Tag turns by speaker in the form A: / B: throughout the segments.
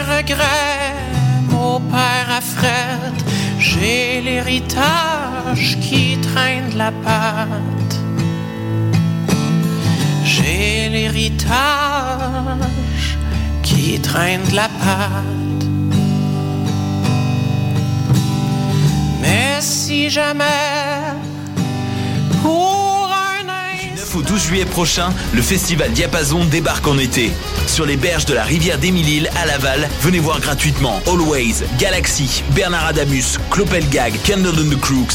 A: regrets, mon père affrète. J'ai l'héritage qui traîne la patte. J'ai l'héritage qui traîne la patte. Mais si jamais pour un instant.
B: 9 au 12 juillet prochain, le festival Diapason débarque en été. Sur les berges de la rivière d'Émilie à Laval, venez voir gratuitement Always, Galaxy, Bernard Adamus, Clopelgag, Candle and the Crooks,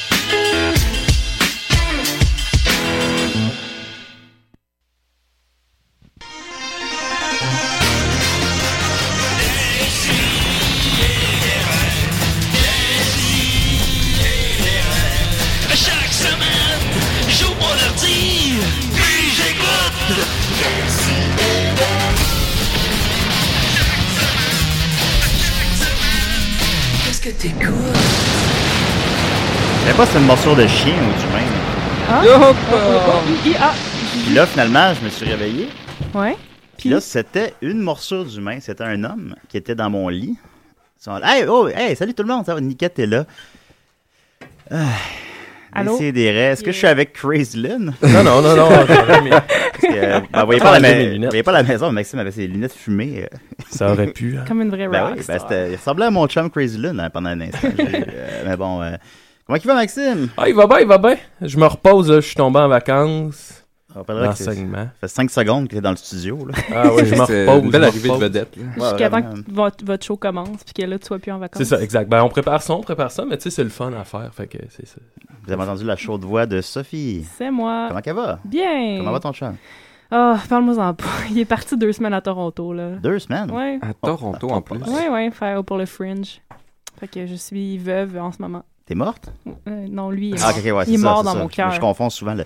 C: Chaque semaine, j'ouvre mon ordi, puis j'écoute.
D: Qu'est-ce que t'écoutes?
E: Je savais pas si c'était une morsure de chien ou d'humain.
F: Ah.
E: Yo,
F: Oh,
E: oh.
F: oh, oh, hi, hi, ah.
E: Puis là, finalement, je me suis réveillé.
F: Ouais.
E: Puis là, c'était une morsure d'humain. C'était un homme qui était dans mon lit. Ils sont là, Hey, oh, hey, salut tout le monde, ça va? Niquette est là. Ah.
F: Allô?
E: Décidérez. Est-ce que je suis avec Crazy Lynn?
G: Non, non, non, non, quand même, mais-
E: Parce que, euh, ben, vous voyez pas,
G: Ah,
E: la
G: j'ai
E: ma-
G: mes
E: vous voyez pas la maison, mais Maxime avait ses lunettes fumées. euh.
G: Ça aurait pu, hein.
F: Comme une vraie
E: ben, oui,
F: rockstar.
E: ben, c'était- Il ressemblait à mon chum Crazy Lynn hein, pendant un instant. J'ai, euh, mais bon, euh, comment il va, Maxime?
G: Ah, il va bien, il va bien. Je me repose, là, je suis tombé en vacances.
E: On rappellera que c'est-
G: Enseignement.
E: Ça fait 5 secondes qu'il est dans le studio. Là.
G: Ah ouais, je me
E: C'est
G: repose.
E: une
G: je
E: belle
G: me
E: arrivée de
G: repose.
E: vedette, là. Ouais,
F: Jusqu'à temps
E: vraiment.
F: que votre, votre show commence, puis que là, tu sois plus en vacances.
G: C'est ça, exact. Ben, on prépare ça, on prépare ça, mais tu sais, c'est le fun à faire. Fait que c'est ça.
E: Vous avez entendu la chaude voix de Sophie.
F: C'est moi.
E: Comment qu'elle va?
F: Bien.
E: Comment va ton chum?
F: Ah, parle-moi-en pas. Il est parti deux semaines à Toronto, là.
E: Deux semaines?
F: Ouais.
E: À Toronto, en plus.
F: Ouais, ouais, faire pour le Fringe. Fait que je suis veuve en ce moment.
E: T'es morte?
F: Euh, non, lui, il est mort,
E: Ah, ok, ok, ouais,
F: il est
E: c'est ça,
F: mort
E: c'est
F: dans
E: ça.
F: mon
E: Je-
F: cœur.
E: Je, confonds souvent. Là.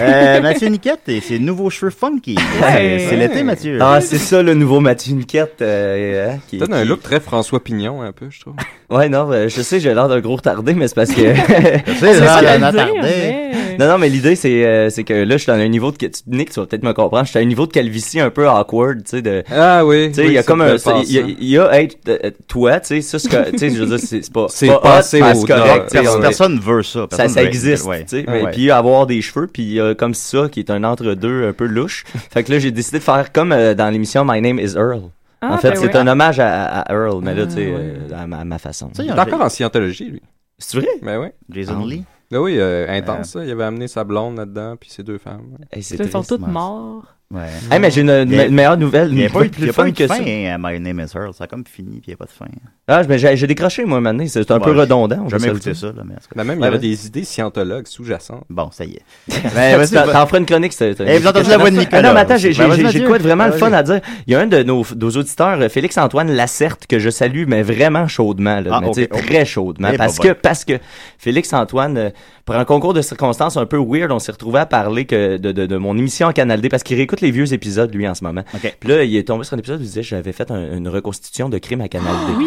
E: Euh, Mathieu Niquette et ses nouveaux cheveux funky. C'est- C'est l'été, Mathieu.
H: Ah, c'est ça le nouveau Mathieu Niquette. Euh, hein, qui,
I: T'as un
H: qui-
I: look très François Pignon, un peu, je trouve.
H: Ouais, non, euh, je sais, j'ai l'air d'un gros retardé, mais c'est parce que.
I: sais, genre d'un
H: parce que-
I: attardé. mais-
H: Non, non, mais l'idée, c'est euh, c'est que là, je suis dans un niveau de. Nick, tu vas peut-être me comprendre. Je suis à un niveau de calvitie un peu awkward, tu sais. De...
I: Ah oui.
H: Tu sais,
I: oui,
H: il y a
I: ça
H: comme
I: me
H: un.
I: passe,
H: Il y a,
I: hein.
H: il y a, hey, t- euh, toi, tu sais, ça, c'est co- tu sais, je veux dire, c'est c'est pas.
E: C'est
H: pas hot,
E: passé
H: mais
E: au-
H: c'est correct.
E: non,
H: tu sais, on est-
E: personne veut ça,
H: Ça,
E: personne veut-
H: existe.
E: ouais.
H: tu sais,
E: Ouais.
H: mais- Puis avoir des cheveux, puis euh, comme ça, qui est un entre-deux un peu louche. fait que là, j'ai décidé de faire comme euh, dans l'émission My Name is Earl.
I: Ah,
H: en fait,
I: ben
H: c'est
I: oui.
H: un hommage à, à- à Earl, mais là,
I: Ah,
H: tu sais,
I: ouais.
H: euh, à, ma, à ma façon.
I: Il est encore en scientologie, lui.
H: C'est vrai?
I: Ben oui.
E: Jason
I: Ah.
E: Lee?
H: Euh,
I: Ben oui, euh, intense, ça. Il avait amené sa blonde là-dedans, puis ses deux femmes.
H: Et
F: Ils sont tous morts.
E: Ouais.
H: Hey, mais j'ai une,
E: Il y a-
H: me- meilleure nouvelle.
E: Il n'y a pas eu
H: plus
E: il y a pas
H: fun
E: eu de
H: que
E: fin
H: ça.
E: hein, à My Name is Earl. Ça a comme fini, puis il n'y a pas de fin.
H: Ah, mais j'ai j'ai décroché, moi, maintenant. C'est un peu
E: Ouais,
H: redondant. on
E: j'ai
H: va se
E: Jamais
H: le
E: écouté
H: dire.
E: ça, là, mais en tout cas.
I: Mais Ben, même, il y
H: Ouais,
I: avait
H: ouais.
I: des idées scientologues sous-jacentes.
E: Bon, ça y est.
I: Ben,
H: Tu Ben, t'en- T'en feras une chronique, c'est.
E: Ben, Eh, vous entendez la voix de Nicolas.
H: Ah non, mais attends, j'ai-
E: Ben, vas-y,
H: j'ai j'ai
E: Mathieu.
H: quoi de vraiment le
E: Vas-y.
H: fun à dire. Il y a un de nos, nos auditeurs, euh, Félix-Antoine Lacerte, que je salue, mais vraiment chaudement, là.
E: Ah,
H: mais tu sais,
E: ok, ok.
H: très chaudement.
E: Eh,
H: parce
E: pas
H: que,
E: bon.
H: parce que Félix-Antoine, euh, pour un concours de circonstances un peu weird, on s'est retrouvé à parler que de, de, de mon émission en Canal D, parce qu'il réécoute les vieux épisodes, lui, en ce moment. Puis là, il est tombé sur un épisode où il disait, j'avais fait un- une reconstitution de crime à Canal
E: Ah
H: D.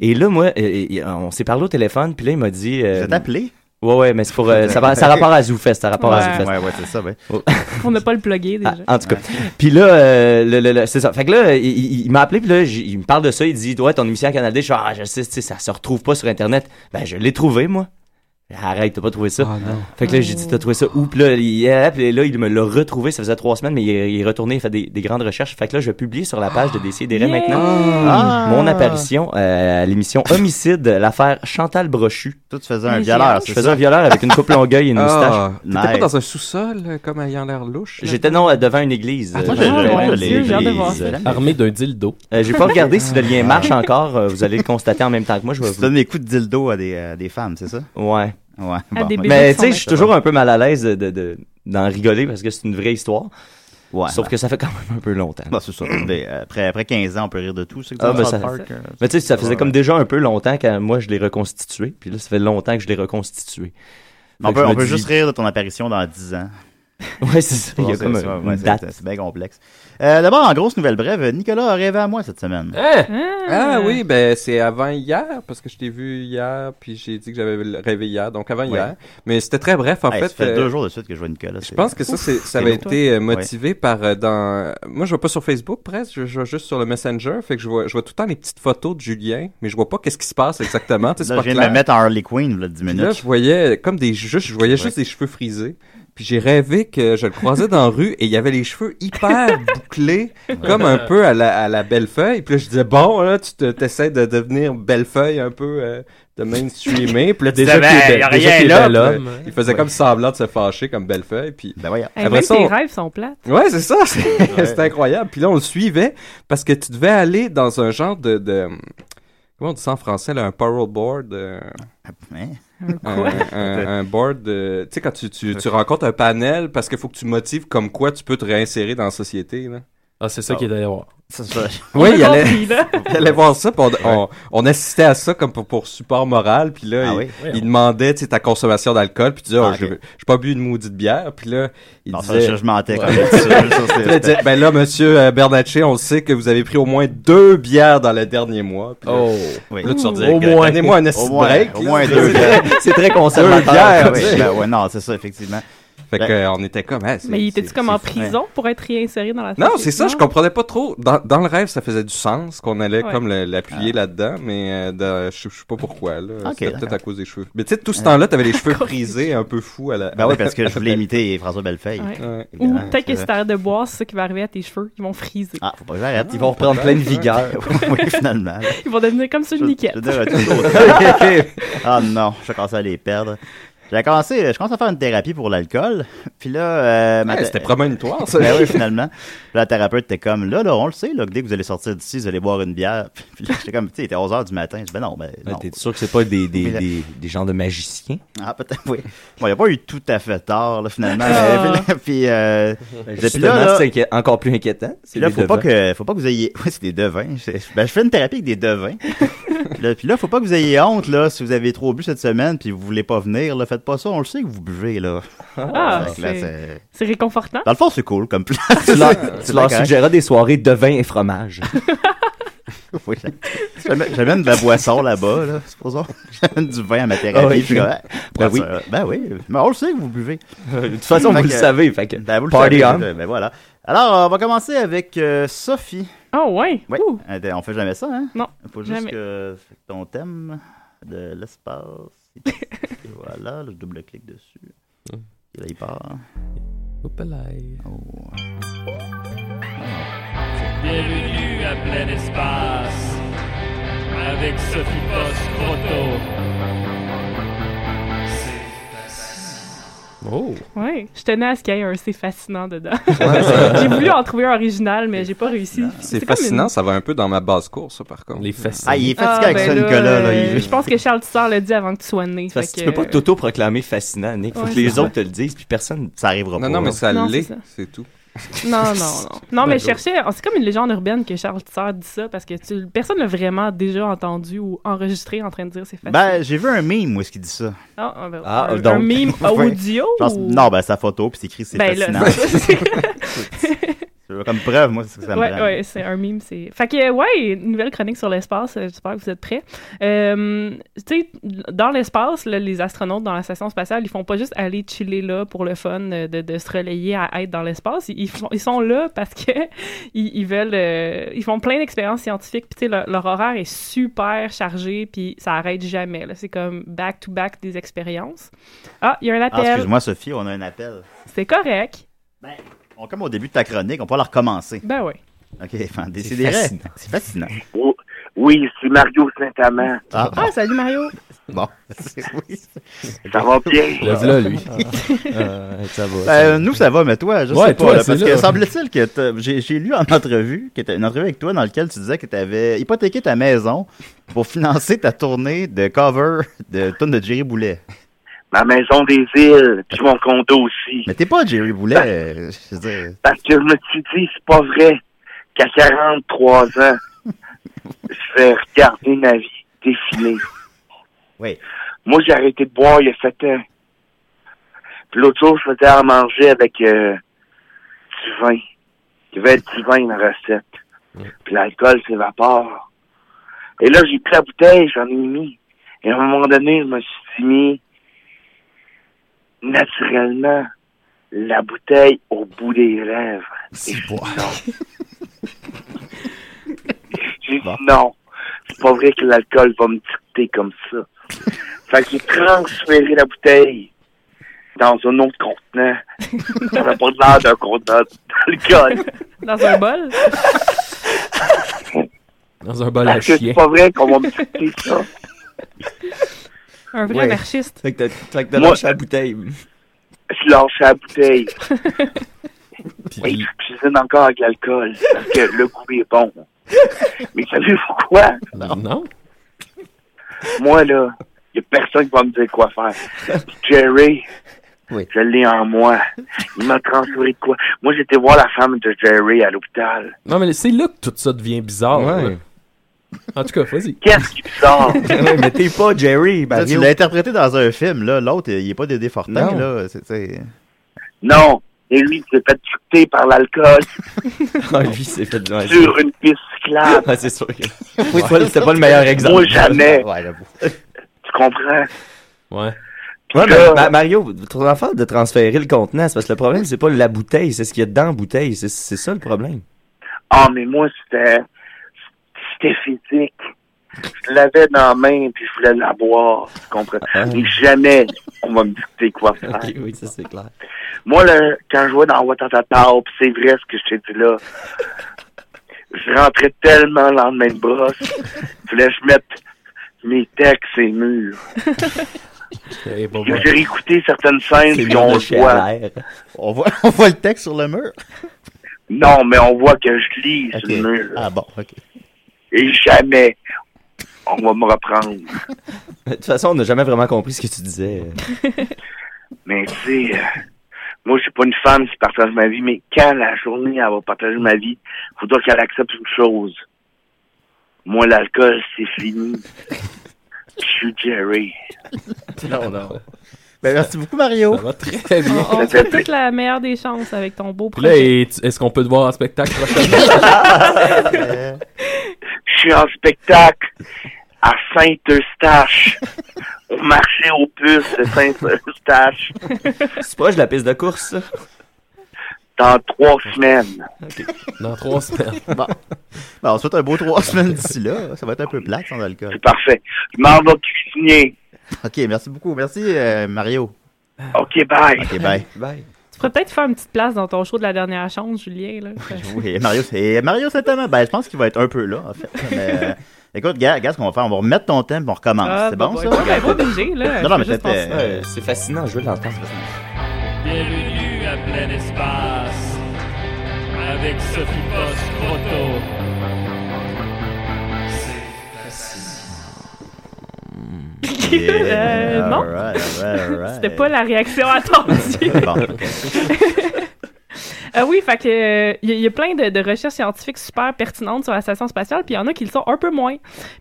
H: Et là, moi, euh, euh, on s'est parlé au téléphone, puis là, il m'a dit... Euh,
E: Vous êtes appelé?
H: Ouais, ouais, mais c'est pour, euh, ça, va- ça a rapport à ZooFest, ça a rapport à
F: Ouais.
H: ZooFest.
E: Ouais, ouais, c'est ça, ouais.
F: Pour ne pas le plugger, déjà.
H: Ah, Oh. en tout cas. Puis là, euh, le- le- le- c'est ça. Fait que là, il, il- il m'a appelé, puis là, j- il me parle de ça. Il dit, ouais, ton émission à Canal D, je suis, ah, je sais, tu sais, ça se retrouve pas sur Internet. Ben, je l'ai trouvé, moi. Arrête, t'as pas trouvé
I: Ah,
H: ça. Fait que là, j'ai dit, t'as trouvé ça où? Puis là, il, ah, puis là, il me l'a retrouvé. Ça faisait trois semaines, mais il, est- il est retourné, il fait des, des grandes recherches. Fait que là, je vais publier sur la page de DC des
F: Yeah!
H: maintenant euh,
E: Ah!
H: mon apparition euh, à l'émission Homicide, l'affaire Chantal Brochu.
E: Toi, tu faisais un
F: Un
E: violeur,
F: violeur.
E: c'est
H: Je
E: ça?
H: faisais un violeur avec une coupe longueuil et une moustache.
I: Eh, Ah, T'étais pas
E: Nice.
I: dans un sous-sol, euh, comme ayant l'air louche? là?
H: J'étais non euh, devant une
F: Ah,
H: église.
I: moi,
H: Euh,
I: j'ai-
H: j'étais
I: mon
H: devant
I: Dieu,
H: une
F: j'ai hâte de
H: église.
F: voir ça.
G: Armé d'un dildo. Ah.
H: Euh, j'ai pas regardé si le lien marche encore. euh, vous allez le constater en même temps que moi. Je vais
E: Tu
H: vous...
E: donnes des coups de dildo à des, euh, des femmes, c'est ça?
H: Ouais.
E: Ouais.
F: À des
E: ben,
F: bébés.
H: Mais
F: qui
H: tu sais,
F: sont
H: je suis toujours un peu mal à l'aise de, de- de- d'en rigoler parce que c'est une vraie histoire.
E: ouais,
H: Sauf
E: ben,
H: que ça fait quand même un peu longtemps.
E: ben, c'est ça. Mais, euh, après, après 15 ans, on peut rire de tout. C'est que
H: Ah,
E: tu
H: ben,
E: vois,
H: ça-
E: South Park, euh,
H: Mais tu sais, ça faisait
E: ouais,
H: comme
E: ouais.
H: déjà un peu longtemps quand moi je l'ai reconstitué. Puis là, ça fait longtemps que je l'ai reconstitué.
E: Mais On
H: Fait que
E: peut,
H: je
E: on
H: me
E: peut
H: dis-
E: juste rire de ton apparition dans 10 ans.
H: Ouais, c'est ça. Il y a comme
E: C'est-
H: une
E: ouais, c'est-
H: date.
E: C'est bien complexe. Euh, D'abord, en grosse nouvelle brève, Nicolas a rêvé à moi cette semaine.
I: Hein?
F: Ah.
I: Ah oui, ben c'est avant hier, parce que je t'ai vu hier, puis j'ai dit que j'avais rêvé hier, donc avant hier. Mais c'était très bref, en
E: Hey,
I: fait.
E: ça fait
I: euh,
E: deux jours de suite que je vois Nicolas.
I: Je pense que ça, c'est, ça avait
E: c'est lourd.
I: été euh, motivé par euh, dans. Moi, je vois pas sur Facebook presque, je, je vois juste sur le Messenger, fait que je vois, je vois tout le temps les petites photos de Julien, mais je vois pas qu'est-ce qui se passe exactement. tu sais, c'est pas
E: Là, je viens de
I: clair.
E: me mettre en Harley Quinn, là, 10
I: Puis là,
E: minutes.
I: je voyais comme des juste, je voyais juste des cheveux frisés. Puis j'ai rêvé que je le croisais dans la rue et il y avait les cheveux hyper bouclés, comme un peu à la, à la Bellefeuille. Puis là, je disais, bon, là, tu te- t'essaies de devenir Bellefeuille un peu euh, de mainstreamer. Puis là, déjà
E: ben,
I: qu'il
E: y a
I: était, déjà
E: rien
I: qu'il
E: là,
I: était l'homme,
G: mais-
I: hein. il faisait comme semblant de se fâcher comme Bellefeuille. Puis
E: Ben, voyons.
F: Eh,
I: Après
F: même
I: ça,
F: tes
I: on-
F: rêves sont plates.
I: Ouais, c'est ça, c'est c'est incroyable. Puis là, on le suivait parce que tu devais aller dans un genre de... de- Comment on dit ça en français, là, un parole board, euh,
E: Hein?
I: un, un- un board, de- tu sais, quand tu, tu, tu rencontres un panel, parce qu'il faut que tu motives comme quoi tu peux te réinsérer dans la société, là.
G: Ah, c'est ça qu'il est allé voir.
E: Ça, ça-
I: Oui,
F: a
I: il allait,
F: compris, là.
I: il allait voir ça, puis on, on, on assistait à ça comme pour, pour support moral, puis là,
E: Ah
I: il,
E: oui?
I: il demandait, tu sais, ta consommation d'alcool, puis tu disais,
E: Ah,
I: oh,
E: ok.
I: j'ai j'ai pas bu une maudite bière, puis là, il
E: Non, ça,
I: disait...
E: je, je mentais quand même. Ça, ça,
I: Puis là, il
E: c'est-
I: disait, ben là, monsieur euh, Bernatchez, on sait que vous avez pris au moins deux bières dans le dernier mois. Puis là,
G: Oh.
E: oui.
I: là, tu
G: Au
I: redis,
G: moins.
I: donnez-moi un
E: Au
I: acid
E: moins,
I: break.
E: au
I: là.
E: moins deux bières.
H: C'est très
I: Deux
H: conservateur.
I: bières.
E: Ah oui, ben ouais, non, c'est ça, effectivement. Ben-
I: Fait que, euh, on était comme, Ah, c'est-
F: Mais il
I: c'est-
F: était-tu comme en
I: c'est-
F: prison pour être réinséré dans la
I: Non,
F: société?
I: c'est ça, je comprenais pas trop. Dans, dans le rêve, ça faisait du sens qu'on allait
F: Ouais.
I: comme le- l'appuyer là-dedans, mais euh, dans- je je sais pas pourquoi. là.
E: Ah. Ok,
I: C'était
E: d'accord.
I: peut-être à cause des cheveux. Mais tu sais, tout ce temps-là, t'avais les cheveux frisés, un peu fous à la.
E: Ben oui, parce que je voulais imiter François Bellefeuille.
F: Ouais.
I: Ouais.
F: Ou
E: évidemment,
F: peut-être que
E: c'est
F: si
E: vrai.
F: t'arrêtes de boire, c'est ça qui va arriver à tes cheveux. Ils vont friser.
E: Ah, faut pas que j'arrête.
H: Ils vont reprendre pleine
I: hein.
H: vigueur.
E: oui, finalement.
F: Ils vont devenir comme sur
E: Je-
F: une
E: je veux
F: niquette.
E: dire, euh, tout autre. Ah non, je commence à les perdre. J'ai commencé, je commence à faire une thérapie pour l'alcool. Puis là, euh, ma
I: Ouais,
E: thé-
I: C'était promène-toi, ça.
E: Ben oui, finalement. Puis la thérapeute était comme, là, là, on le sait, là, que dès que vous allez sortir d'ici, vous allez boire une bière. Puis là, j'étais comme, tu sais, il était 11h du matin. Je dis, ben non, ben non.
H: T'es sûr que c'est pas des, des,
E: Mais la-
H: des, des gens de magiciens?
E: Ah, peut-être, oui. Bon, il a pas eu tout à fait tard, là, finalement.
F: Ah.
E: Mais- puis, euh, puis
H: Ben, Justement,
E: là, là-
H: c'est inqui- encore plus inquiétant.
E: Puis là, faut pas, que, faut pas que vous ayez. Oui, c'est des devins. Je, ben, je fais une thérapie avec des devins. Puis là, puis là, faut pas que vous ayez honte, là, si vous avez trop bu cette semaine puis vous voulez pas venir, là, faites pas ça, on le sait que vous buvez, là.
F: Ah,
E: Fait que là,
F: c'est-
E: c'est-
F: C'est réconfortant.
E: Dans le fond, c'est cool comme plan.
H: tu leur, tu leur
E: correct.
H: suggéreras des soirées de vin et fromage.
E: Oui, j'a- j'amène- J'amène de la boisson là-bas, là, supposons. J'amène du vin à ma thérapie.
H: Ah oui.
E: puis, ouais,
H: Ben oui. Euh,
E: ça- Ben oui, mais on le sait que vous buvez.
H: de toute façon,
E: Fait
H: vous le
E: que-
H: savez. Fait que
E: Ben, vous le
H: party
E: savez,
H: on.
E: euh, Ben voilà. Alors, on va commencer avec euh, Sophie.
F: Ah ouais.
E: Oui.
F: Ouh.
E: Attends, On fait jamais ça, hein?
F: Non,
E: Faut juste
F: jamais.
E: que ton thème de l'espace. Et voilà, là, je double-clique dessus.
H: Mm.
E: Et là, il part.
G: Hop là.
E: Oh.
C: Bienvenue à plein espace avec Sophie Post Proto.
G: Oh.
F: Oui, je tenais à ce qu'il y ait un C'est fascinant dedans. j'ai voulu en trouver un original, mais j'ai pas réussi.
I: C'est
F: comme une-
I: fascinant, ça va un peu dans ma base course, ça, par contre.
G: Les fascinants.
E: Ah, il est
F: Ah,
E: fatigué avec
F: ben
E: ça,
F: là,
E: Nicolas. Là,
F: euh,
E: il-
F: Je pense que Charles Tissard l'a dit avant que tu sois né.
H: C'est Parce que
F: fait
H: tu peux pas
F: que-
H: t'auto-proclamer fascinant, Nick. Faut
F: Ouais,
H: que les
F: c'est
H: autres te le disent, puis personne, ça arrivera pas.
I: non, mais ça
F: Non, c'est
I: l'est,
F: ça.
I: c'est tout.
F: Non, non, non. Non, mais je cherchais. oh, C'est comme une légende urbaine que Charles Tissard dit ça parce que tu- personne l'a vraiment déjà entendu ou enregistré en train de dire c'est facile.
E: Ben, j'ai vu un meme où est-ce qu'il dit ça.
F: Ah, ah, ben,
E: Ah,
F: un,
E: donc.
F: un meme
E: Ouais.
F: audio.
E: Je pense-
F: ou-
E: Non, ben, sa photo, puis c'est écrit, c'est
F: Ben,
E: fascinant.
F: là, c'est-
E: Tu veux comme preuve, moi, c'est ce que ça me
F: Ouais,
E: prend.
F: ouais, c'est un mime. C'est... Fait que, euh, ouais, une nouvelle chronique sur l'espace. euh, J'espère que vous êtes prêts. Euh, tu sais, dans l'espace, là, les astronautes dans la station spatiale, ils font pas juste aller chiller là pour le fun euh, de, de se relayer à être dans l'espace. Ils, ils font- ils sont là parce que ils, ils veulent. euh, ils font plein d'expériences scientifiques. Puis, tu sais, leur, leur horaire est super chargé. Puis, ça arrête jamais. là. C'est comme back-to-back des expériences. Ah, il y a un
E: Ah,
F: appel.
E: excuse-moi, Sophie, on a un appel.
F: c'est correct.
E: On, comme au début de ta chronique, on peut la recommencer.
F: Ben oui.
E: OK, enfin, décidez. C'est
J: fascinant.
E: fascinant.
J: Oh, oui, c'est Mario Saint-Amand.
E: Ah,
F: Ah, salut Mario.
E: bon. C'est- oui.
J: Ça va bien.
E: Lève-la, lui.
H: Euh, ça va.
E: Ben, nous, ça va, mais toi, je
H: Ouais,
E: sais pas.
H: toi,
E: là,
H: c'est
E: parce
H: là.
E: que semble-t-il que t'as- j'ai j'ai lu en entrevue, que t'as- une entrevue avec toi dans laquelle tu disais que tu avais hypothéqué ta maison pour financer ta tournée de cover de tonne de Jerry Boulet.
J: Ma maison des îles, puis mon condo aussi. Ben,
E: Mais t'es pas Jerry Boulet. euh, je veux dire.
J: Parce que je me suis dit, c'est pas vrai qu'à 43 ans, je vais regarder ma vie défiler.
E: Oui.
J: Moi, j'ai arrêté de boire il y a 7 ans. Puis l'autre jour, je faisais à manger avec euh, du vin. Il y avait du vin dans la recette. Puis l'alcool s'évapore. Et là, j'ai pris la bouteille, j'en ai mis. Et à un moment donné, je me suis mis naturellement la bouteille au bout des lèvres. Et j'ai dit non. J'ai dit non. C'est pas vrai que l'alcool va me dicter comme ça. Fait que j'ai transféré la bouteille dans un autre contenant. Ça n'a pas l'air d'un contenant d'alcool.
F: Dans un bol.
G: Dans un bol à
J: Parce que
G: chien.
J: c'est pas vrai qu'on va me dicter ça.
F: Un vrai
J: Ouais.
F: anarchiste.
H: Fait que t'as- fait que t'as
J: Moi-
H: lâché la bouteille.
J: Je lâche la bouteille. Oui, je cuisine encore avec l'alcool parce que le goût est bon. Mais savez-vous quoi?
G: Non.
J: Moi, là, il n'y a personne qui va me dire quoi faire. Puis Jerry, je l'ai en moi. Il m'a transféré de quoi? Moi, j'étais voir la femme de Jerry à l'hôpital.
G: Non, mais c'est là que tout ça devient bizarre. là. En tout cas, vas-y.
J: Qu'est-ce qui sort?
E: Ouais, mais t'es
H: pas Jerry,
E: Ça, tu l'as interprété dans un film, là. L'autre, il est pas Dédé Fortin,
J: Non.
E: là. C'est- c'est-
J: Non! Et lui, il s'est fait dicter par l'alcool
H: Ah, lui, il s'est fait de ouais,
J: sur une piste cyclable.
H: Ah, c'est sûr que. Oui, c'est pas- c'était pas le meilleur exemple.
J: Moi, jamais.
H: Ouais,
J: Tu comprends?
G: Ouais.
H: Ouais,
J: Là-
H: mais Ma- Mario, ton affaire de transférer le contenant, c'est parce que le problème, c'est pas la bouteille, c'est ce qu'il y a dans la bouteille. C'est c'est ça le problème.
J: Ah, mais moi, c'était. C'était physique. Je l'avais dans la main puis je voulais la boire. Tu comprends?
H: Ah,
J: Mais jamais on va me dicter quoi faire.
H: Ok, oui, ça c'est clair.
J: Moi, là, quand je jouais dans Watatata, puis c'est vrai ce que je t'ai dit là, je rentrais tellement le lendemain de brosse, je voulais que je mette mes textes et murs.
G: Eh, bon,
J: J'ai réécouté certaines scènes,
E: C'est
J: puis
E: le
J: on
E: chien
J: voit.
E: à On voit, on voit le texte sur le mur.
J: Non, mais on voit que je lis sur le mur.
E: Ah bon, ok.
J: Et jamais on va me reprendre.
H: Mais De toute façon, on n'a jamais vraiment compris ce que tu disais.
J: Mais tu sais, euh, moi, je suis pas une femme qui partage ma vie, mais quand la journée, elle va partager ma vie, il faudra qu'elle accepte une chose. Moi, l'alcool, c'est fini. Je suis Jerry.
H: Non, non.
E: Ben, merci beaucoup, Mario.
G: Ça va très
F: On,
G: bien.
F: on te souhaite toute la meilleure des chances avec ton beau
G: Puis Là,
F: projet.
G: est- est-ce qu'on peut te voir en spectacle prochainement?
J: Je suis en spectacle à Saint-Eustache, au marché aux puces de Saint-Eustache,
H: C'est proche de la piste de course, ça.
J: dans trois semaines.
G: Dans trois semaines.
E: Bon. Ben, on se souhaite un beau trois semaines d'ici là. Ça va être un peu plate sans alcool.
J: Parfait. Je m'en vais cuisiner.
E: OK, merci beaucoup. Merci, euh, Mario.
J: OK, bye.
E: OK, bye.
F: Tu pourrais peut-être faire une petite place dans ton show de la dernière chance, Julien. Là.
E: Oui, Mario, c'est Mario Saint-Amand. Ben, je pense qu'il va être un peu là, en fait. Mais, euh, écoute, gars, gars, ce qu'on va faire, on va remettre ton thème et on recommence.
F: Ah,
E: c'est
F: bah,
E: bon, ben,
F: bah,
E: ça?
F: bah, bah, obligé, là.
E: Non, non, mais
H: euh,
F: Je veux juste
E: c'était-
F: penser.
H: C'est fascinant, je veux l'entendre.
K: Bienvenue à plein espace avec Sophie Post-Proto. C'est facile.
F: Euh, non.
E: Alright, alright, alright.
F: C'était pas la réaction attendue.
E: Bon, ok.
F: Ah oui, fait que il y, a plein de, de recherches scientifiques super pertinentes sur la station spatiale, puis il y en a qui le sont un peu moins.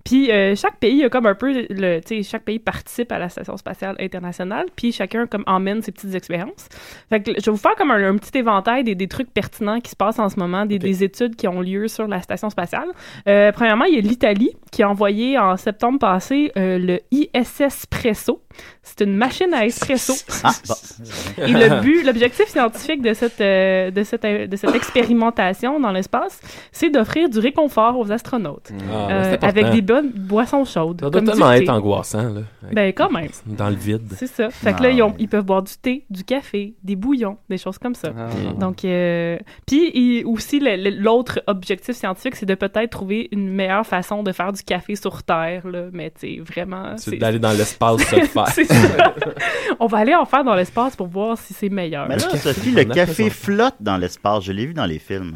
F: Puis euh, chaque pays a comme un peu le, tu sais, chaque pays participe à la station spatiale internationale, puis chacun comme emmène ses petites expériences. Fait que je vais vous faire comme un, un petit éventail des, des trucs pertinents qui se passent en ce moment, des, des études qui ont lieu sur la station spatiale. Euh, premièrement, il y a l'Italie qui a envoyé en septembre passé euh, le ISS Presso. C'est une machine à espresso.
E: Ah, bon.
F: Et le but, l'objectif scientifique de cette, euh, de cette, de cette expérimentation dans l'espace, c'est d'offrir du réconfort aux astronautes.
G: Ah,
F: Euh,
G: c'est important.
F: avec des bonnes boissons chaudes.
G: Ça doit
F: comme du
G: tellement
F: thé.
G: être angoissant, là.
F: Ben, quand même.
G: Dans le vide.
F: C'est ça. Fait
E: Ah,
F: que là, ils, ont- ils peuvent boire du thé, du café, des bouillons, des choses comme ça.
G: Ah.
F: Donc, euh, puis il- aussi, le- le- l'autre objectif scientifique, c'est de peut-être trouver une meilleure façon de faire du café sur Terre, là. Mais tu sais, vraiment...
G: C'est d'aller dans l'espace se le faire.
F: C'est ça. On va aller en faire dans l'espace pour voir si c'est meilleur.
E: Mais là, Sophie,
F: bah,
E: le café flotte dans l'espace. Je l'ai vu dans les films.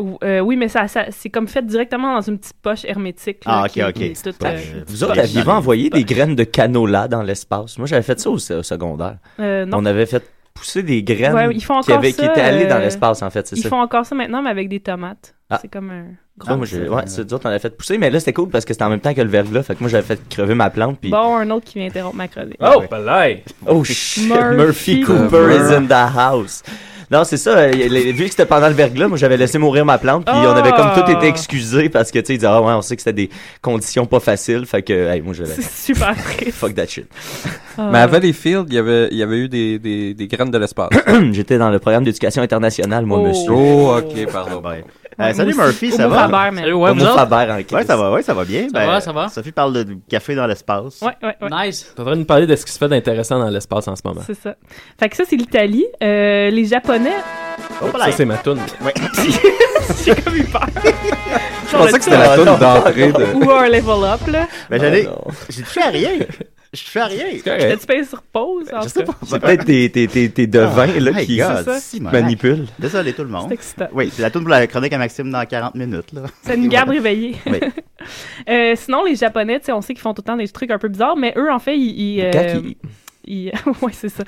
F: Ou- euh, oui, mais ça, ça- c'est comme fait directement dans une petite poche hermétique. là,
E: Ah, ok,
F: qui-
E: ok.
F: qui est toute,
E: Pas-
F: euh,
H: Vous autres, aviez pas envoyé des graines de canola dans l'espace? Moi, j'avais fait ça au, au secondaire.
F: Euh, non.
H: On avait fait pousser des graines
F: Ouais, ils font
H: qui,
F: encore
H: avaient- qui
F: ça,
H: étaient allées
F: euh,
H: dans l'espace, en fait, c'est
F: Ils
H: ça.
F: font encore ça maintenant, mais avec des tomates.
H: Ah.
F: C'est comme un
H: Gros, moi, j'ai- ouais, c'est nous autres, on avait fait pousser, mais là, c'était cool parce que c'était en même temps que le verglas. Fait que moi, j'avais fait crever ma plante, puis...
F: Bon, un autre qui vient interrompre ma chronique.
H: Oh, Oh, shit!
F: Murphy
H: Murphy, Cooper is in the house. Non, c'est ça. euh, les- Vu que c'était pendant le verglas, moi, j'avais laissé mourir ma plante, puis on avait comme
F: Ah!
H: tout été excusé parce que, tu sais, ils disaient, ah ouais, on sait que c'était des conditions pas faciles. Fait que, hey, moi, j'avais.
F: C'est super Ah. triste.
H: Fuck that shit.
I: Mais à Valleyfield, il y avait, il y avait eu des, des, des graines de l'espace.
H: J'étais dans le programme d'éducation internationale, moi,
I: Oh.
H: monsieur.
I: Oh, ok, pardon.
E: Euh, salut Murphy, ça va?
H: Salut, ouais, vous autres? Faber, en
E: Ouais, ça va, ouais, ça va
H: Ça
E: bien. Ben,
H: va, ça va?
E: Sophie parle de café dans l'espace.
F: Ouais, ouais, ouais.
G: Nice. T'es en train de nous parler de ce qui se fait d'intéressant dans l'espace en ce moment.
F: C'est ça. Fait que ça, c'est l'Italie. Euh, les Japonais.
E: Oh,
G: Oh, Ça, c'est ma toune.
F: J'ai comme eu peur.
G: Je pensais que c'était la toune d'entrée de-
F: Ou un level up, là.
E: Mais j'allais. J'ai touché à rien. J'ai touché à rien.
F: T'as-tu payé sur pause? en tout cas?
H: C'est peut-être tes, tes, tes, tes devins,
E: Oh
H: là,
E: my
H: qui
E: God,
H: qui
E: si, malade.
H: manipulent.
E: Désolé tout le monde.
F: C'est excitant.
E: Oui, c'est la tourne pour la chronique à Maxime dans 40 minutes. Là.
F: Ça nous garde réveillés.
E: Oui.
F: Euh, sinon, les Japonais, tu sais, on sait qu'ils font tout le temps des trucs un peu bizarres, mais eux, en fait, ils. ils,
H: Des
F: euh,
H: kakis.
F: ils- ouais, c'est ça.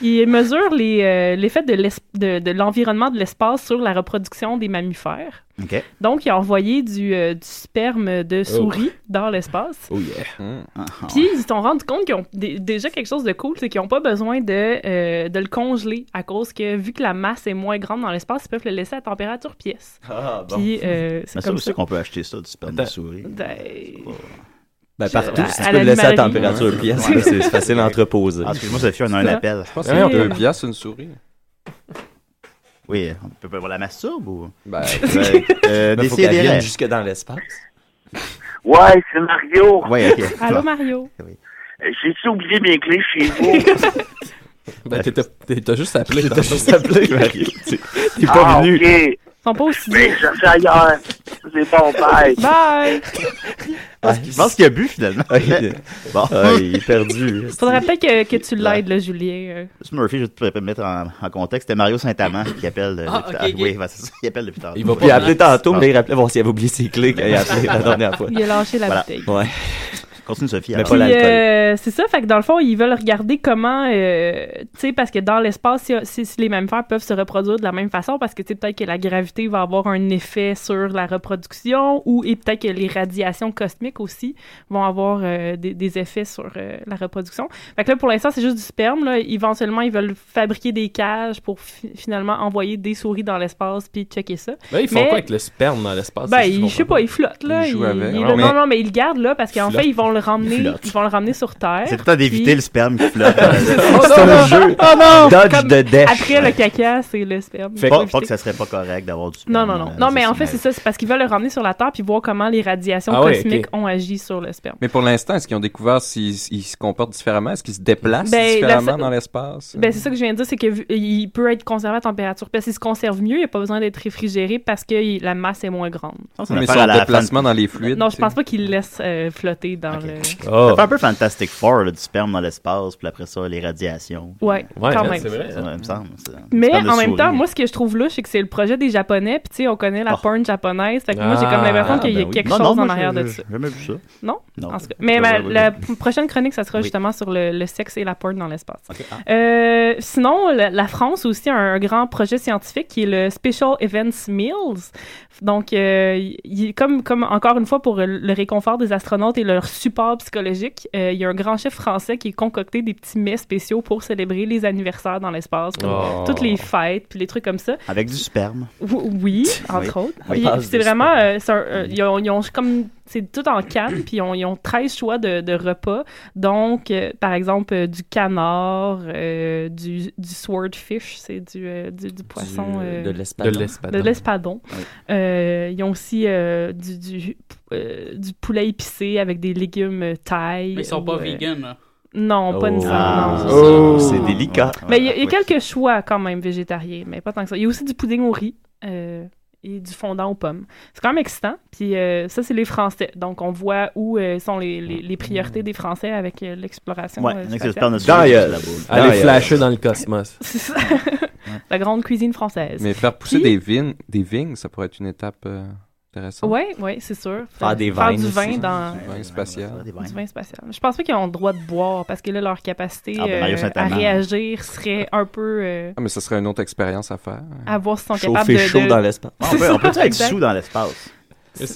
F: Ils mesurent les, euh, l'effet de, l'es- de, de l'environnement de l'espace sur la reproduction des mammifères.
E: OK.
F: Donc, ils ont envoyé du, euh, du sperme de
E: Oh.
F: souris dans l'espace.
H: Oh yeah.
F: Mm. Puis ils se sont rendus compte qu'ils ont dé- déjà quelque chose de cool, c'est qu'ils n'ont pas besoin de, euh, de le congeler à cause que vu que la masse est moins grande dans l'espace, ils peuvent le laisser à température pièce.
H: Ah, bon.
F: Puis euh, c'est
E: Mais ça
F: comme ça.
E: aussi qu'on peut acheter ça du sperme de souris.
H: Ben,
E: Je-
H: partout,
E: à-
H: si
E: à
H: tu peux le laisser à
E: l'animalerie.
H: température
E: Ouais.
H: pièce,
E: Ouais.
H: là, c'est c'est facile à entreposer.
E: Ah, excuse-moi, Sophie, on a un
F: C'est ça.
E: appel.
F: Je pense que c'est Ouais, deux euh,
I: piastres, une souris.
E: Oui, on peut pas voir la masturbe ou.
I: Ben,
E: ouais,
H: Mais
E: euh,
H: faut
E: d'essayer
H: qu'elle
E: des
H: vienne
E: rêves.
H: jusque dans l'espace.
J: Ouais, c'est Mario.
E: Ouais, ok.
F: Allô, Mario?
J: J'ai-tu oublié mes clés chez vous?
G: Ben, t'étais- t'étais- T'as juste appelé.
H: T'as juste appelé, Mario.
G: T'es
J: ah,
G: pas venu.
J: ok.
F: Ils sont pas aussi
J: Mais je cherche ailleurs. C'est bon, bye.
F: Bye!
E: Je pense qu'il a bu finalement. bon.
H: Ah, il est perdu.
F: Faudrait peut-être que, que tu l'aides, là, Julien. euh.
E: C'est Murphy, je vais te mettre en, en contexte. C'était Mario Saint-Amand qui appelle euh,
F: Ah,
E: depuis
F: ok,
E: tard.
F: ok.
E: Oui, ben, c'est ça, il appelle depuis tard.
H: Il a appelé tantôt, mais il rappelait voir s'il avait oublié ses clés quand il a appelé la dernière fois.
F: Il a lâché la
E: Voilà.
F: bouteille.
H: Ouais.
E: Continue, Sophie.
H: Mais
E: alors.
H: pas
F: Puis,
H: l'alcool.
F: euh, c'est ça, fait que dans le fond, ils veulent regarder comment, euh, tu sais, parce que dans l'espace, si, si- si les mammifères peuvent se reproduire de la même façon, parce que tu sais, peut-être que la gravité va avoir un effet sur la reproduction, ou et peut-être que les radiations cosmiques aussi vont avoir euh, des, des effets sur euh, la reproduction. Fait que là, pour l'instant, c'est juste du sperme. Là. Éventuellement, ils veulent fabriquer des cages pour fi- finalement envoyer des souris dans l'espace puis checker ça.
G: Ben, ils font
F: Mais-
G: quoi avec le sperme dans l'espace?
F: ben,
G: C'est ce que
F: il- je sais
G: comprends
F: pas, il flotte là.
G: Il joue avec. Ah,
F: il-
G: Non, mais-
F: Non, non, mais il le garde là parce qu'en
G: Il flotte.
F: fait, ils vont le
G: Il
F: ramener,
G: flotte.
F: ils vont le ramener sur Terre.
E: C'est le temps d'éviter le sperme qui flotte.
F: C'est
E: un jeu.
F: Oh non!
E: Dodge
F: Comme
E: the dash.
F: Après le caca, c'est le sperme.
E: Fait
F: Faut
E: pas, pas
F: éviter.
E: que ça serait pas correct d'avoir du sperme.
F: Non, non, non.
I: hein,
E: euh,
F: Non, mais en
E: c'est
F: fait, c'est ça. C'est parce qu'ils veulent le ramener sur la Terre puis voir comment les radiations
I: Ah ouais,
F: cosmiques ont agi sur le sperme.
I: Mais pour l'instant, est-ce qu'ils ont découvert s'ils ils se comportent différemment? Est-ce qu'ils se déplacent
F: Ben, la
I: Ah, différemment
F: seule-
I: dans l'espace? hein.
F: Ben, c'est ça que je viens de dire, c'est qu'il peut être conservé à température. Parce qu'il se conserve mieux, il n'a pas besoin d'être réfrigéré parce que il- la masse est moins grande.
I: mais
E: affaire à
I: son
E: la
I: déplacement dans les fluides.
F: Non,
I: tu
F: je
I: sais.
F: pense pas qu'il le laisse euh, flotter dans dans le...
G: Oh.
E: Ça fait un peu Fantastic Four, là, du sperme dans l'espace, puis après ça, les radiations.
F: Ouais, Ouais, quand même. c'est
E: C'est
F: vrai,
E: vrai, il me semble. c'est-
F: Mais
E: sperme de
F: en même
E: souris.
F: temps, moi, ce que je trouve louche, c'est que c'est le projet des Japonais, puis tu sais, on connaît la porn japonaise. Fait que moi, j'ai comme l'impression
E: Ah,
F: qu'il y a
E: ben oui.
F: quelque
E: Ah. Non, non,
F: chose
E: moi,
F: en arrière
E: j'ai-
F: de ça.
E: j'ai jamais vu ça.
F: Non?
E: Non.
F: En tout cas. Mais
E: Ouais,
F: ma-
E: ouais, ouais.
F: la p- prochaine chronique, ça sera
E: Oui.
F: justement sur le, le sexe et la porn dans l'espace. Euh, sinon, la, la France aussi a un grand projet scientifique qui est le Special Events Meals. Donc, euh, il- il- comme, comme encore une fois pour euh, le réconfort des astronautes et leur support psychologique, euh, il y a un grand chef français qui a concocté des petits mets spéciaux pour célébrer les anniversaires dans l'espace, comme
E: Oh.
F: toutes les fêtes, puis les trucs comme ça.
E: Avec du sperme.
F: Ou- Oui, entre
E: Oui.
F: autres.
E: On
F: Puis
E: parle
F: C'est
E: de
F: vraiment. euh, c'est un- euh, ils, ont, ils ont comme. C'est tout en canne, puis ils ont, ils ont 13 choix de, de repas. Donc, euh, par exemple, euh, du canard, euh, du, du swordfish, c'est du, euh, du, du poisson. euh,
H: de l'espadon. De l'espadon.
F: de l'espadon.
H: Oui.
F: Euh, ils ont aussi euh, du, du, euh, du poulet épicé avec des légumes euh, thaï.
L: Mais ils sont
F: ou,
L: pas
F: euh,
L: vegan, là.
F: Non, pas
H: Oh.
F: nécessairement.
H: Ah.
F: non.
H: Oh, c'est délicat.
F: Mais il y a, il y a quelques choix quand même végétariens, mais pas tant que ça. Il y a aussi du pudding au riz euh, et du fondant aux pommes. C'est quand même excitant. Puis euh, ça, c'est les Français. Donc on voit où euh, sont les, les- les priorités des Français avec euh, l'exploration.
E: Ouais,
F: euh,
E: avec
F: spatiale.
E: l'expérience
G: Dans la
F: euh,
G: gueule.
E: Dans la
G: Allez
E: gueule.
G: flasher dans le cosmos.
F: C'est ça. La grande cuisine française.
I: Mais faire pousser
F: Puis-
I: des vignes, des vignes, ça pourrait être une étape euh, intéressante.
F: Oui, oui, c'est sûr.
I: Faire des vins
F: du
I: aussi.
F: vin dans.
I: Du vin spatial.
F: Du vin spatial. Je pense pas qu'ils ont le droit de boire parce que là, leur capacité
I: Ah, ben,
F: euh,
I: Mario
F: à
I: Saint-Amand.
F: réagir serait un peu. euh,
I: Ah, mais ça serait une autre expérience à faire.
F: à voir si ils sont
I: Chauffer
F: capables de.
I: chaud
F: de-
I: dans l'espace.
E: On peut, on peut
F: C'est
E: être
F: ça,
E: sous dans l'espace.
F: exact.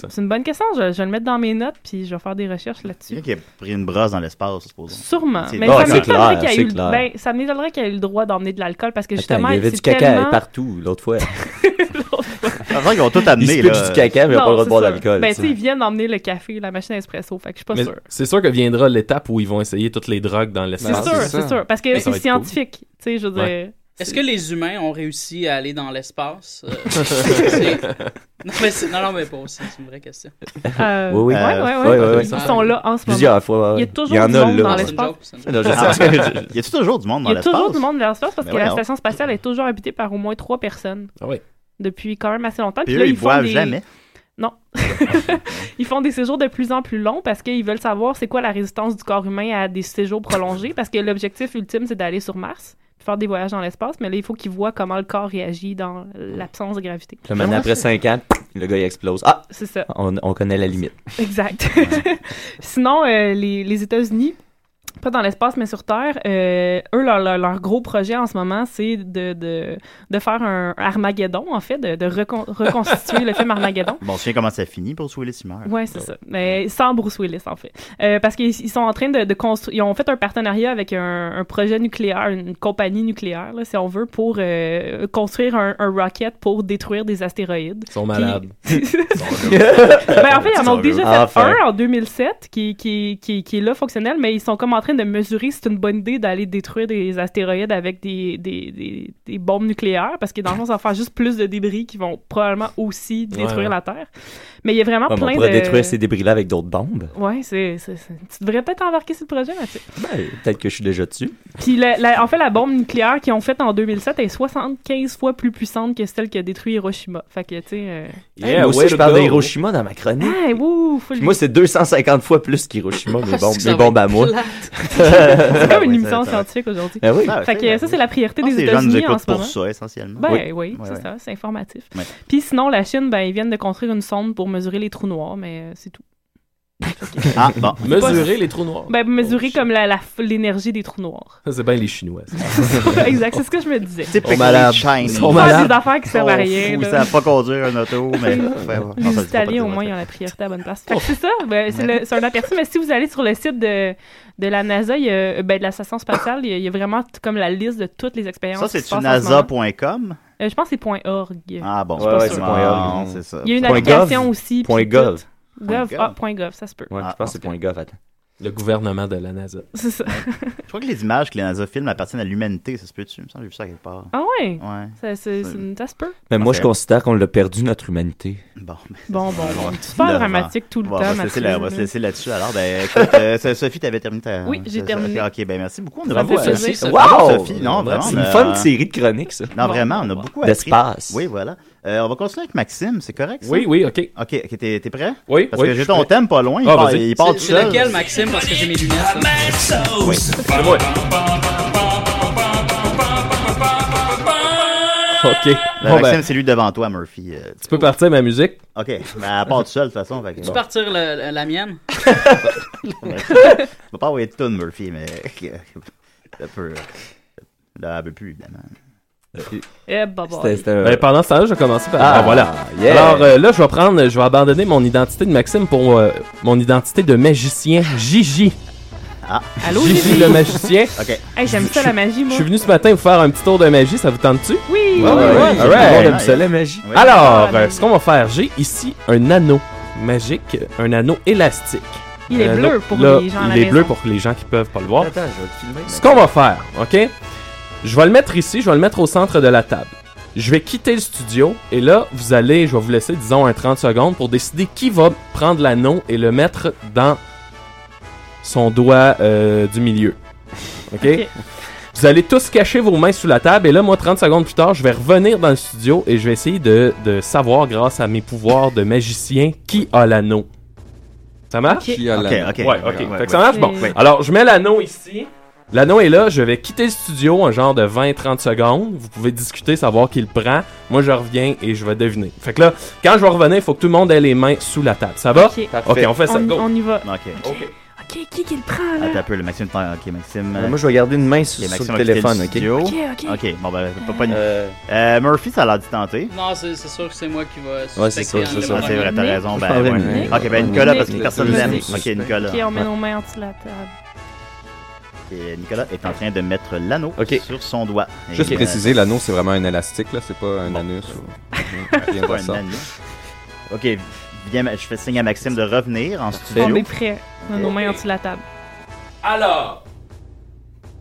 F: C'est une bonne question. Je, je vais le mettre dans mes notes puis je vais faire des recherches là-dessus.
E: Quelqu'un qui a pris une brosse dans l'espace, supposons.
F: Sûrement. Mais
E: Ah,
F: ça m'étonnerait qu'il y ait
E: c'est
F: eu,
E: clair.
F: ben, ça m'étonnerait qu'il y ait eu le droit d'emmener de l'alcool parce que justement,
H: Attends, il y avait
F: c'est
H: du caca
F: tellement-
H: partout l'autre fois.
E: Ah, C'est vrai qu'ils ont tout
H: Ils
E: amené.
H: se
E: là.
H: pitchent du caca, mais ils n'ont
F: Non,
H: pas le droit de
F: c'est
H: boire
F: sûr.
H: d'alcool.
F: Ben,
H: tu
F: tu
H: sais.
F: sais, ils viennent d'emmener le café, la machine à espresso. Fait que je suis pas
G: Mais
F: sûre.
G: C'est sûr que viendra l'étape où ils vont essayer toutes les drogues dans l'espace.
F: C'est sûr, c'est sûr. Parce que
G: Mais ça
F: c'est
G: va être
F: scientifique. Tu sais, je veux dire.
G: Ouais.
L: Est-ce que les humains ont réussi à aller dans l'espace? Euh, c'est- non, mais c'est- non, non, mais pas aussi, c'est une vraie question.
F: Euh,
H: Oui, oui.
F: ouais,
H: Euh,
F: ouais,
H: ouais,
F: ouais.
H: ouais, ouais.
F: Ils sont là en ce moment.
H: Plusieurs fois, ouais.
F: Il y a toujours
H: Il y en
F: du
H: a
F: monde
H: là.
F: dans
H: C'est une
F: l'espace.
H: joke, c'est une joke. Ah, ouais.
E: Il y a toujours du monde dans
F: Il y a
E: l'espace.
F: toujours du monde dans l'espace parce
E: Mais
F: que la
E: voyons.
F: station spatiale est toujours habitée par au moins trois personnes.
G: Ah oui.
F: Depuis quand même assez longtemps.
E: Puis
F: Puis
E: eux,
F: là,
E: ils
F: font
E: boivent
F: des-
E: jamais.
F: Non. ils font des séjours de plus en plus longs parce qu'ils veulent savoir c'est quoi la résistance du corps humain à des séjours prolongés parce que l'objectif ultime, c'est d'aller sur Mars puis faire des voyages dans l'espace. Mais là, il faut qu'ils voient comment le corps réagit dans l'absence de gravité.
H: Puis là, maintenant, après 5 ans, le gars il explose. Ah!
F: C'est ça.
H: On, on connaît la limite.
F: Exact. Sinon, euh, les, les États-Unis, pas dans l'espace, mais sur Terre, euh, eux, leur, leur- leur gros projet en ce moment, c'est de, de, de faire un Armageddon, en fait, de, de recon- reconstituer le film Armageddon.
E: Bon, je sais comment ça finit pour Willis, il meurt.
F: Ouais, c'est ça. Mais sans Bruce Willis, en fait. Euh, parce qu'ils ils sont en train de, de construire. Ils ont fait un partenariat avec un, un projet nucléaire, une compagnie nucléaire, là, si on veut, pour euh, construire un, un rocket pour détruire des astéroïdes.
G: Ils sont malades.
F: ben, en fait, ils en ont
G: Ils sont
F: déjà fait
G: heureux. Enfin.
F: un en 2007 qui, qui, qui, qui est là fonctionnel, mais ils sont comme en train de mesurer si c'est une bonne idée d'aller détruire des astéroïdes avec des, des, des, des bombes nucléaires parce que dans le fond, ça va faire juste plus de débris qui vont probablement aussi détruire
H: Ouais, ouais.
F: la Terre. Mais il y a vraiment
H: Ouais, mais
F: plein
H: on pourrait
F: de.
H: détruire ces débris-là avec d'autres bombes.
F: Ouais, c'est, c'est- c'est- tu devrais peut-être embarquer sur le projet, Mathieu.
H: Ben, peut-être que je suis déjà dessus.
F: Puis, la- la- en fait, la bombe nucléaire qu'ils ont faite en 2007 est 75 fois plus puissante que celle qui a détruit Hiroshima. Fait que, tu sais. euh,
H: Hey, moi aussi,
G: way
H: je
G: to
H: parle
G: go.
H: d'Hiroshima dans ma chronique.
F: hey, wouh, Ah, faut
H: Puis
F: le-
H: moi, c'est 250 fois plus qu'Hiroshima, mes bombes,
F: Ah, c'est que
H: mes
F: ça va
H: bombes à
F: être
H: moi.
F: plate. C'est comme une émission scientifique aujourd'hui.
H: Ah oui.
F: Fait que ça, c'est la priorité
E: Je pense
F: des
E: que les gens nous
F: États-Unis en
E: écoutent
F: ce
E: pour
F: moment.
E: ça, essentiellement.
F: Ben oui,
E: Oui.
F: c'est
E: Ouais, ouais.
F: ça, c'est informatif.
E: Ouais.
F: Puis sinon, la Chine, ben, ils viennent de construire une sonde pour mesurer les trous noirs, mais euh, c'est tout.
E: Ah, bon.
G: Mesurer les trous noirs.
F: Ben, mesurer
G: Oh,
F: comme la- la- l'énergie des trous noirs.
G: Ça, C'est bien les Chinois. ça.
F: exact, c'est ce que je me disais.
E: Typiquement
G: malades. Euh,
E: Chinese.
G: Ils sont
F: Faire malades. des affaires qui servent à rien,
E: Ils
F: là.
E: savent pas conduire un auto, Oh, mais. Enfin, bon. Non,
F: Les
E: ça, Oh. je dis pas
F: Italiens,
E: pas
F: au
E: de
F: moins,
E: dire.
F: ils ont la priorité à la bonne place. Fait que c'est ça, ben, c'est le- c'est un aperçu. Mais si vous allez sur le site de, de la NASA, il y a- ben, de la station spatiale, il y a, il y a vraiment t- comme la liste de toutes les expériences.
E: Ça,
F: qui se
E: c'est-tu
F: passent en ce moment.
E: NASA.com?
F: Euh, je pense que c'est point .org.
E: Ah bon,
F: Je suis pas sûre.
E: Non, Ah, c'est ça.
F: Il y a une
H: Point
F: application
H: gov?
F: aussi. puis
H: Point gov.
F: tout. Gov, ah, point .gov, ça se peut.
H: Ouais, je pense que c'est point .gov, attends.
G: Le gouvernement de la NASA.
F: C'est ça.
E: Je crois que les images que les NASA filment appartiennent à l'humanité, ça se peut-tu? Il me semble que j'ai vu ça quelque part.
F: Ah ouais?
E: Ouais.
F: Ça, c'est, c'est une... ça se peut.
H: Mais moi,
E: Ok.
H: je considère qu'on l'a perdu, notre humanité.
E: Bon, ben, mais-
F: Bon, bon,
E: Alors,
F: bon. Super
E: là,
F: dramatique tout le
E: bon,
F: temps,
E: on va se laisser
F: Mathieu,
E: là- On va
F: là.
E: se laisser là-dessus. Alors, ben, écoute, euh, so- Sophie, t'avais terminé ta.
F: Oui, j'ai
E: ça- ça-
F: terminé.
E: Ok, ben merci beaucoup. On a
F: Ça me
E: vraiment-
F: fait plaisir, Sophie.
E: Bravo,
H: Wow!
E: Sophie.
H: Vraiment,
E: Non, vraiment.
H: c'est
E: on
H: une
E: a-
H: fun série de chroniques, ça.
E: Non, vraiment, on a beaucoup appris.
H: D'espace.
E: Oui, voilà. Euh, on va continuer avec Maxime, c'est correct? ça?
G: Oui, oui, ok.
E: Ok, ok, t'es t'es prêt?
G: Oui,
E: Parce
G: oui,
E: que
G: je
E: j'ai
G: suis
E: ton
G: prêt.
E: thème pas loin. Il
G: Ah,
E: part-
G: vas-y.
E: il part tout
L: C'est
E: seul.
L: lequel, Maxime? Parce que j'ai mes lunettes. là.
E: Oui.
G: C'est moi. OK.
E: Ben,
G: Bon, ben,
E: Maxime, c'est lui devant toi, Murphy. euh,
G: tu peux partir ma musique.
E: Ok, ben, elle part tout seul, de toute façon. Fait que,
L: Tu
E: bon.
L: partir le- le- la mienne?
E: Je vais pas envoyer de tune, Murphy, mais. Un peu. Là, elle veut plus, évidemment.
F: Eh, bah, bah.
G: C'était-
E: Euh,
G: c'était- Ben, pendant ce temps-là, je vais commencer par. Ah, voilà.
H: yeah.
G: Alors euh, là, je vais prendre, je vais abandonner mon identité de Maxime pour euh, mon identité de magicien Gigi.
E: Ah.
F: Allô,
G: Gigi
F: Gigi?
G: le magicien.
E: Ok.
F: Hey, j'aime ça la magie,
G: Je
F: moi.
G: suis venu ce matin vous faire un petit tour de magie, ça vous tente-tu?
F: Oui! Ah,
G: Ouais, ouais, ouais.
H: All right.
G: Tout le monde aime
H: Nice.
G: ça, la magie.
H: Oui.
G: Alors, euh, ce qu'on va faire, j'ai ici un anneau magique, un anneau élastique.
F: Il est
G: Un
F: bleu
G: anneau-
F: pour
G: là,
F: les gens à la
G: Il est
F: maison.
G: bleu pour les gens qui peuvent pas le voir.
H: Attends, je vais te filmer.
G: Ce qu'on va faire, ok? Je vais le mettre ici, je vais le mettre au centre de la table. Je vais quitter le studio et là, vous allez, je vais vous laisser, disons, un 30 secondes pour décider qui va prendre l'anneau et le mettre dans son doigt euh, du milieu.
F: Ok.
G: ok? Vous allez tous cacher vos mains sous la table et là, moi, 30 secondes plus tard, je vais revenir dans le studio et je vais essayer de, de savoir, grâce à mes pouvoirs de magicien, qui a l'anneau. Ça marche?
I: Qui a
E: Ok,
I: la-
E: ok.
G: Ouais, ok.
E: Ouais,
G: Fait
E: ouais.
G: que ça marche bon.
F: Ouais.
G: Alors, je mets l'anneau ici. L'anneau est là, je vais quitter le studio un genre de 20-30 secondes. Vous pouvez discuter, savoir qui le prend. Moi, je reviens et je vais deviner. Fait que là, quand je vais revenir, il faut que tout le monde ait les mains sous la table. Ça va?
F: Ok.
G: Ok, on fait ça.
F: On,
G: Go.
F: on y va.
E: Ok.
F: Ok, qui qui le prend, là?
E: Attends un peu, le Maxime. t'en- Ok, Maxime.
H: Euh, Moi, je vais garder une main sur,
E: Ok,
H: sur
E: Maxime
H: le
E: a quitté
H: téléphone, ok?
E: studio.
F: Ok, ok.
E: Ok, bon, ben, pas- pas une-
H: Euh,
E: Euh, Murphy, ça a l'air d'y tenter.
L: Non, c'est c'est sûr que c'est moi qui va
H: Ouais, c'est
L: suspecter
H: sûr, c'est
L: en
H: sûr.
E: Ah,
L: le
E: c'est vrai, t'as
F: Nick.
E: raison.
H: Ah,
E: Ben,
H: oui,
E: ouais.
H: Nick.
E: Ok, ben
H: Nick.
E: Nicolas, parce que
H: Nick.
E: personne
F: Nick.
E: l'aime.
H: Nick.
E: Ok, Nicolas.
F: Ok, on met nos mains en dessous de la table.
E: Et Nicolas est en train de mettre l'anneau
H: Ok.
E: sur son doigt. Et,
I: Juste
E: euh,
I: préciser, l'anneau, c'est vraiment un élastique, là. C'est pas un anus ou...
E: c'est
I: rien de
E: pas
I: ça.
E: un anneau. Ok, viens, Ma- je fais signe à Maxime de revenir en
F: On
E: studio.
F: est prêt. On met nos mains en dessous de la table.
G: Alors,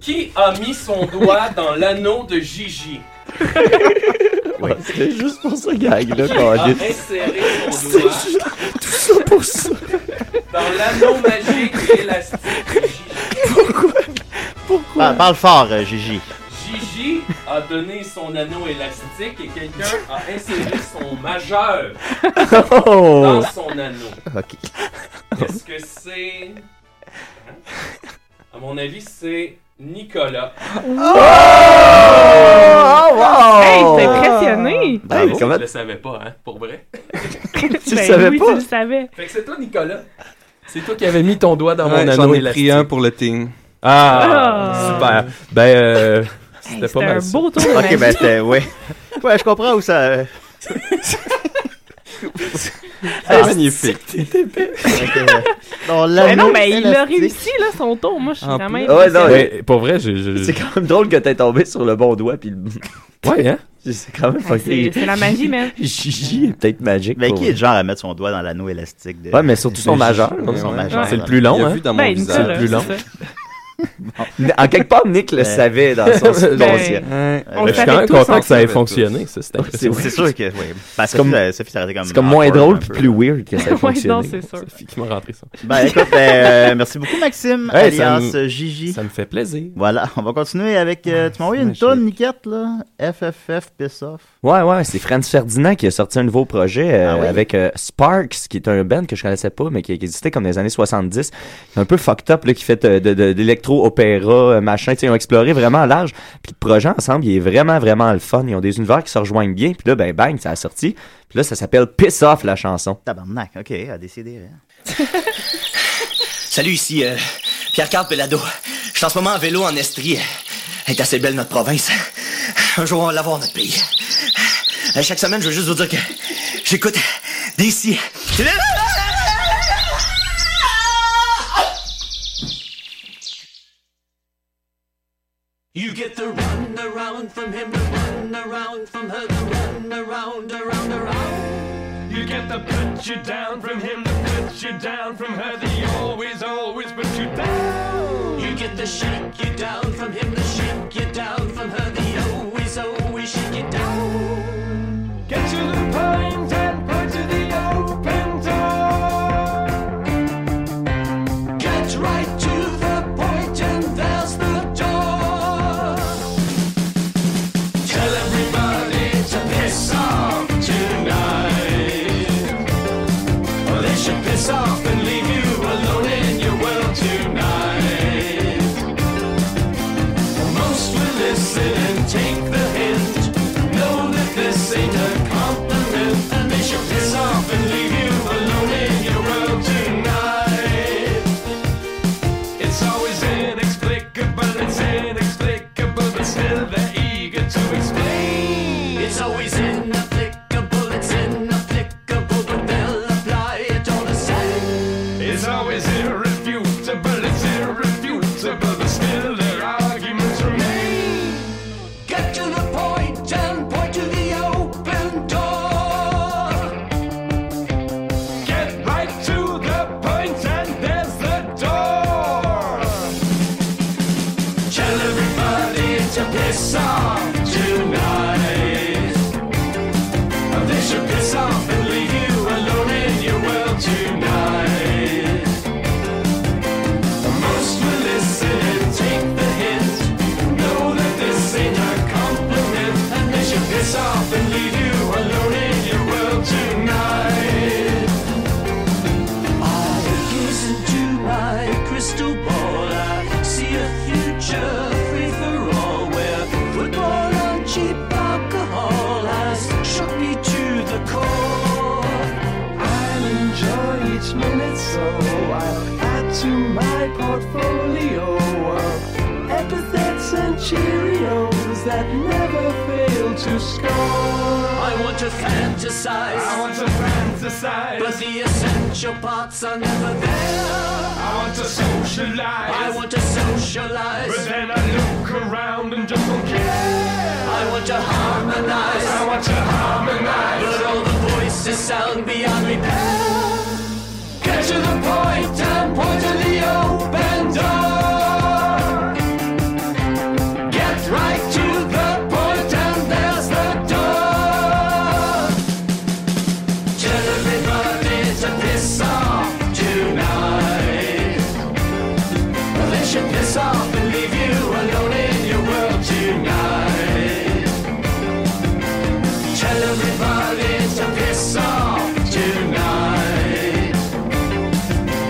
G: qui a mis son doigt dans l'anneau de Gigi?
H: ouais, C'était juste pour ce gag-là
I: Oh,
H: qu'on a dit.
K: Ah,
G: inséré son doigt
H: Tout ça pour ça.
G: dans l'anneau magique élastique
E: Pa- Parle fort, euh, Gigi.
G: Gigi a donné son anneau élastique et quelqu'un a inséré son majeur
H: Oh!
G: son anneau.
E: Ok.
G: Est-ce que c'est. hein? À mon avis, c'est Nicolas.
H: Oh, wow!
F: Hey, t'es impressionné!
H: Hey, Ben, comment-
G: Je le savais pas, hein, pour vrai.
H: Tu le
F: Ben
H: savais
F: oui,
H: pas?
F: tu le savais.
G: Fait que c'est toi, Nicolas. C'est toi qui avais mis ton doigt dans
I: Ouais,
G: mon
I: J'en
G: anneau
I: ai pris
G: élastique.
I: un pour le team.
G: Ah,
F: Ah.
G: super. Ben, euh,
F: Hey,
G: c'était pas
F: un
G: mal. ça.
F: beau tour de magie.
E: Ok, ben, c'était. Ouais. Ouais, je comprends où ça. euh,
I: C'est magnifique.
E: ok, euh, dans
F: Ben non,
E: l'anneau
F: mais il a
E: élastique.
F: réussi, là, son tour. Moi, je suis
I: En
F: vraiment
I: plus.
H: Ah Ouais, non,
F: impressionnée.
G: Ouais, pour vrai, j'ai. j'ai-
H: C'est quand même drôle que t'aies tombé sur le bon doigt, pis le-
G: Ouais, hein?
H: c'est quand même
F: Ah, c'est-
H: fucké.
F: c'est la magie, man.
H: Gigi est peut-être magique.
E: Mais
H: pour
E: qui est le genre à mettre son doigt dans l'anneau élastique de.
H: Ouais, mais surtout son majeur.
I: Ouais,
E: Son
I: ouais.
E: majeur.
G: C'est le plus long,
I: Il a
G: hein?
I: vu dans mon
F: Ben,
I: visage.
F: Nicolas,
G: plus long.
F: c'est ça.
H: En
E: Ben,
H: quelque part, Nick le savait dans son subconscient.
F: Ben,
I: Ouais.
F: on
G: Mais
F: le
G: je suis
F: savait
G: quand même
F: tous
G: content
F: ensemble.
G: que ça ait
I: ensemble.
G: fonctionné, ça. C'était
E: C'est
G: impressionnant.
E: c'est sûr que. Oui. Parce que
H: comme-
E: Sophie, euh, Sophie, ça aurait été comme.
H: C'est comme moins
E: awkward hein. un
H: drôle,
E: peu.
H: puis plus weird que ça a
F: Ouais, non, c'est
H: fonctionné.
F: sûr.
G: Sophie qui m'a rentré ça.
E: Ben écoute, ben, euh, merci beaucoup Maxime,
G: Hey, ça
E: alias
G: me-
E: euh, Gigi.
G: Ça me fait plaisir.
E: Voilà, on va continuer avec. euh, tu m'as envoyé une
H: c'est magique.
E: tonne, Niquette, là. FFF Piss Off.
H: Ouais, ouais, c'est Franz Ferdinand qui a sorti un nouveau projet euh,
E: Ah oui?
H: avec euh, Sparks, qui est un band que je connaissais pas, mais qui, qui existait comme dans les années 70. Un peu fucked up, là, qui fait euh, de, de- d'électro-opéra, euh, machin. Tu sais, ils ont exploré vraiment large. Puis le projet ensemble, il est vraiment, vraiment le fun. Ils ont des univers qui se rejoignent bien. Puis là, ben bang, ça a sorti. Puis là, ça s'appelle Piss Off, la chanson.
E: Tabarnak, ok, à décider. hein.
M: Salut, ici euh, Pierre-Carl Pelado. Je suis en ce moment en vélo en Estrie. Elle est assez belle, notre province. Un jour, on va l'avoir, notre pays. Euh, Chaque semaine, je veux juste vous dire que j'écoute d'ici.
K: You get the run around from him, the run around from her, the run around, around, around. You get the put you down from him, the put you down from her, the always, always put you down. You get the shake you down from him, the shake you down from her, the always, always shake you down. Get to the pines and point to the open door. Get right to the point and there's the door. Tell everybody to piss off tonight. Well, they should piss off and leave you alone in your world tonight. Most will listen and take the hint know that this ain't a compliment And they should piss off and leave you alone in your world tonight It's always inexplicable, it's inexplicable But still they're eager to explain It's always inapplicable, it's inapplicable But they'll apply it all the same It's always irrefutable, it's irrefutable But still their arguments remain Get to the point and point to the open door. Get right to the point and there's the door. Tell everybody to piss off tonight. They should piss off and leave you alone in your world tonight. Most will listen and take the hint. Know that this ain't a compliment And they should piss off and leave you alone in your world tonight I gaze into my crystal ball I see a future free for all Where football and cheap alcohol Has shook me to the core I'll enjoy each minute so I'll add to my portfolio of epithets and Cheerios that never fail to score. I want to fantasize. I want to fantasize. But the essential parts are never there. I want to socialize. I want to socialize. But then I look around and just don't care. I want to harmonize. I want to harmonize. But all the voices sound beyond repair. Get to the point and point to the open door. Get right to the point and there's the door. Tell everybody to piss off tonight. Well, they should piss off and leave you alone in your world tonight. Tell everybody to piss off tonight.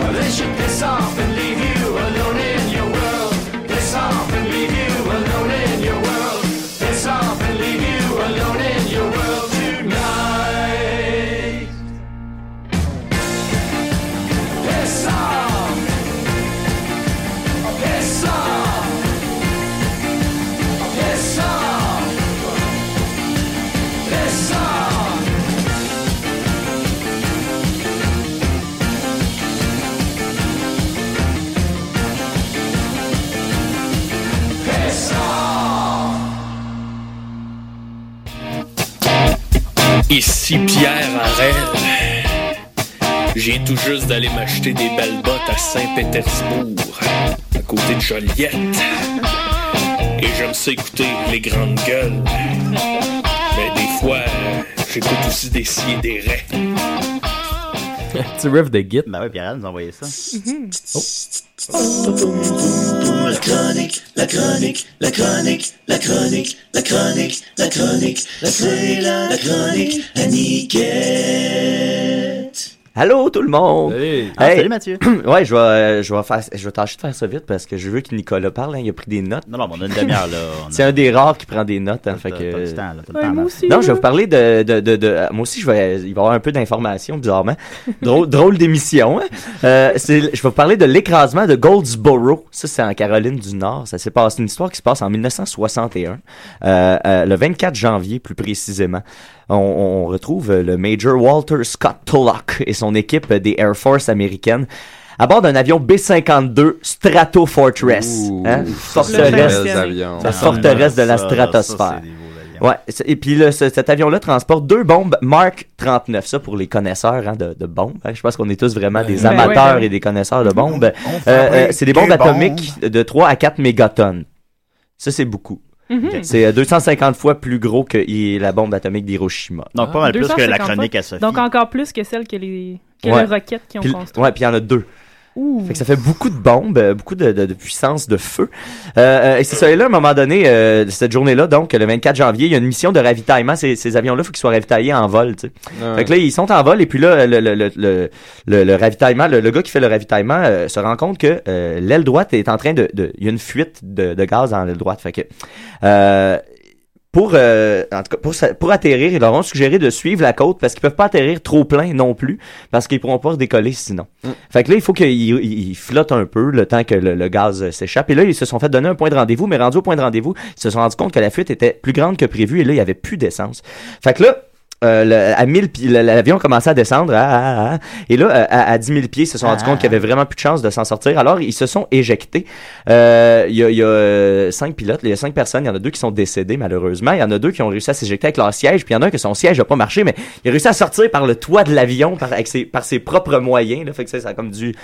K: Well, they should piss off and leave you alone in your world. Piss off and leave you alone in your world. Piss off and leave you alone in your world tonight. Piss off. Piss off. Piss off. Piss off. Piss off.
N: Ici Pierre Harel. J'ai tout juste d'aller m'acheter des belles bottes à Saint-Pétersbourg, à côté de Joliette. Et j'aime ça écouter les grandes gueules. Mais des fois, euh, j'écoute aussi des si et des raies.
G: Petit riff de Git.
E: Ben ouais, Pierre nous a envoyé ça.
C: La chronique, la chronique, la chronique, la chronique, la chronique, la chronique, la c'est la, la chronique, Aniquette.
H: Allô tout le monde! Hey.
E: Ah, salut, Mathieu.
H: ouais, je vais, euh, je vais, faire, je vais tâcher de faire ça vite parce que je veux que Nicolas parle. hein, il a pris des notes.
E: Non, non, mais on a une demi-heure, là. On a-
H: C'est un des rares qui prend des notes. Hein, fait
E: t'as-
H: que...
E: t'as du temps, là, t'as le
F: Ouais,
E: temps,
F: moi
E: là.
F: aussi. hein.
H: Non, je vais vous parler de, de, de, de- euh, moi aussi je vais il va y avoir un peu d'informations bizarrement. Drôle, drôle d'émission. hein. Euh, c'est- je vais vous parler de l'écrasement de Goldsboro. Ça c'est en Caroline du Nord. Ça s'est passé une histoire qui se passe en 1961, euh, euh, le 24 janvier plus précisément. On, on retrouve euh, le Major Walter Scott Tulloch et son équipe euh, des Air Force américaines à bord d'un avion B-52 Strato Fortress. hein,
I: Ouh,
H: forteresse,
I: belles avions. Ça,
H: la forteresse de
I: ça,
H: la
I: ça,
H: stratosphère. Ouais, c'est- et puis là, ce- cet avion-là transporte deux bombes Mark 39. Ça, pour les connaisseurs hein, de, de bombes. hein, je pense qu'on est tous vraiment des
E: Ben
H: amateurs
E: ouais, ben
H: et des connaisseurs de bombes.
E: fabrique
H: Euh, euh, c'est des
E: des
H: bombes
E: bombes.
H: atomiques de 3 à 4 mégatonnes. Ça, c'est beaucoup.
E: Mhm.
H: Ok. C'est euh, 250 fois plus gros que i- la bombe atomique d'Hiroshima.
E: Donc, pas mal plus que la
F: 250
E: chronique
F: fois.
E: à Sophie.
F: Donc encore plus que celle que les, que
H: Ouais.
F: les roquettes qui ont
H: Puis-
F: construit.
H: Ouais, puis il y en a deux.
F: Ouh.
H: Fait que ça fait beaucoup de bombes, euh, beaucoup de, de- de puissance de feu. Euh, euh, et c'est ça. Et là, à un moment donné, euh, cette journée-là, donc le 24 janvier, il y a une mission de ravitaillement. Ces, ces avions-là, faut qu'ils soient ravitaillés en vol. tu sais.
I: Ouais.
H: Fait que là, ils sont en vol et puis là, le, le- le- le- le- le ravitaillement, le, le gars qui fait le ravitaillement euh, se rend compte que euh, l'aile droite est en train de, de- il y a une fuite de, de gaz dans l'aile droite. Fait que euh, pour, euh, en tout cas, pour, sa- pour atterrir, ils leur ont suggéré de suivre la côte parce qu'ils peuvent pas atterrir trop plein non plus parce qu'ils pourront pas décoller sinon. Fait que là, il faut qu'ils ils- ils flottent un peu le temps que le, le gaz euh, s'échappe. Et là, ils se sont fait donner un point de rendez-vous, mais rendu au point de rendez-vous, ils se sont rendus compte que la fuite était plus grande que prévu et là, il y avait plus d'essence. Fait que là, euh, le- à 1000 pieds, le- l'avion commençait à descendre. ah, ah, ah. et là, euh, à, à 10 000 pieds, ils se sont rendus
E: Ah.
H: compte qu'il y avait vraiment plus de chance de s'en sortir. Alors, ils se sont éjectés. Euh, Il y a- il y a, euh, cinq pilotes, il y a cinq personnes. Il y en a deux qui sont décédés, malheureusement. Il y en a deux qui ont réussi à s'éjecter avec leur siège. Puis il y en a un que son siège n'a pas marché, mais il a réussi à sortir par le toit de l'avion, par, avec ses, par ses propres moyens. Là, fait que ça, ça a comme dû.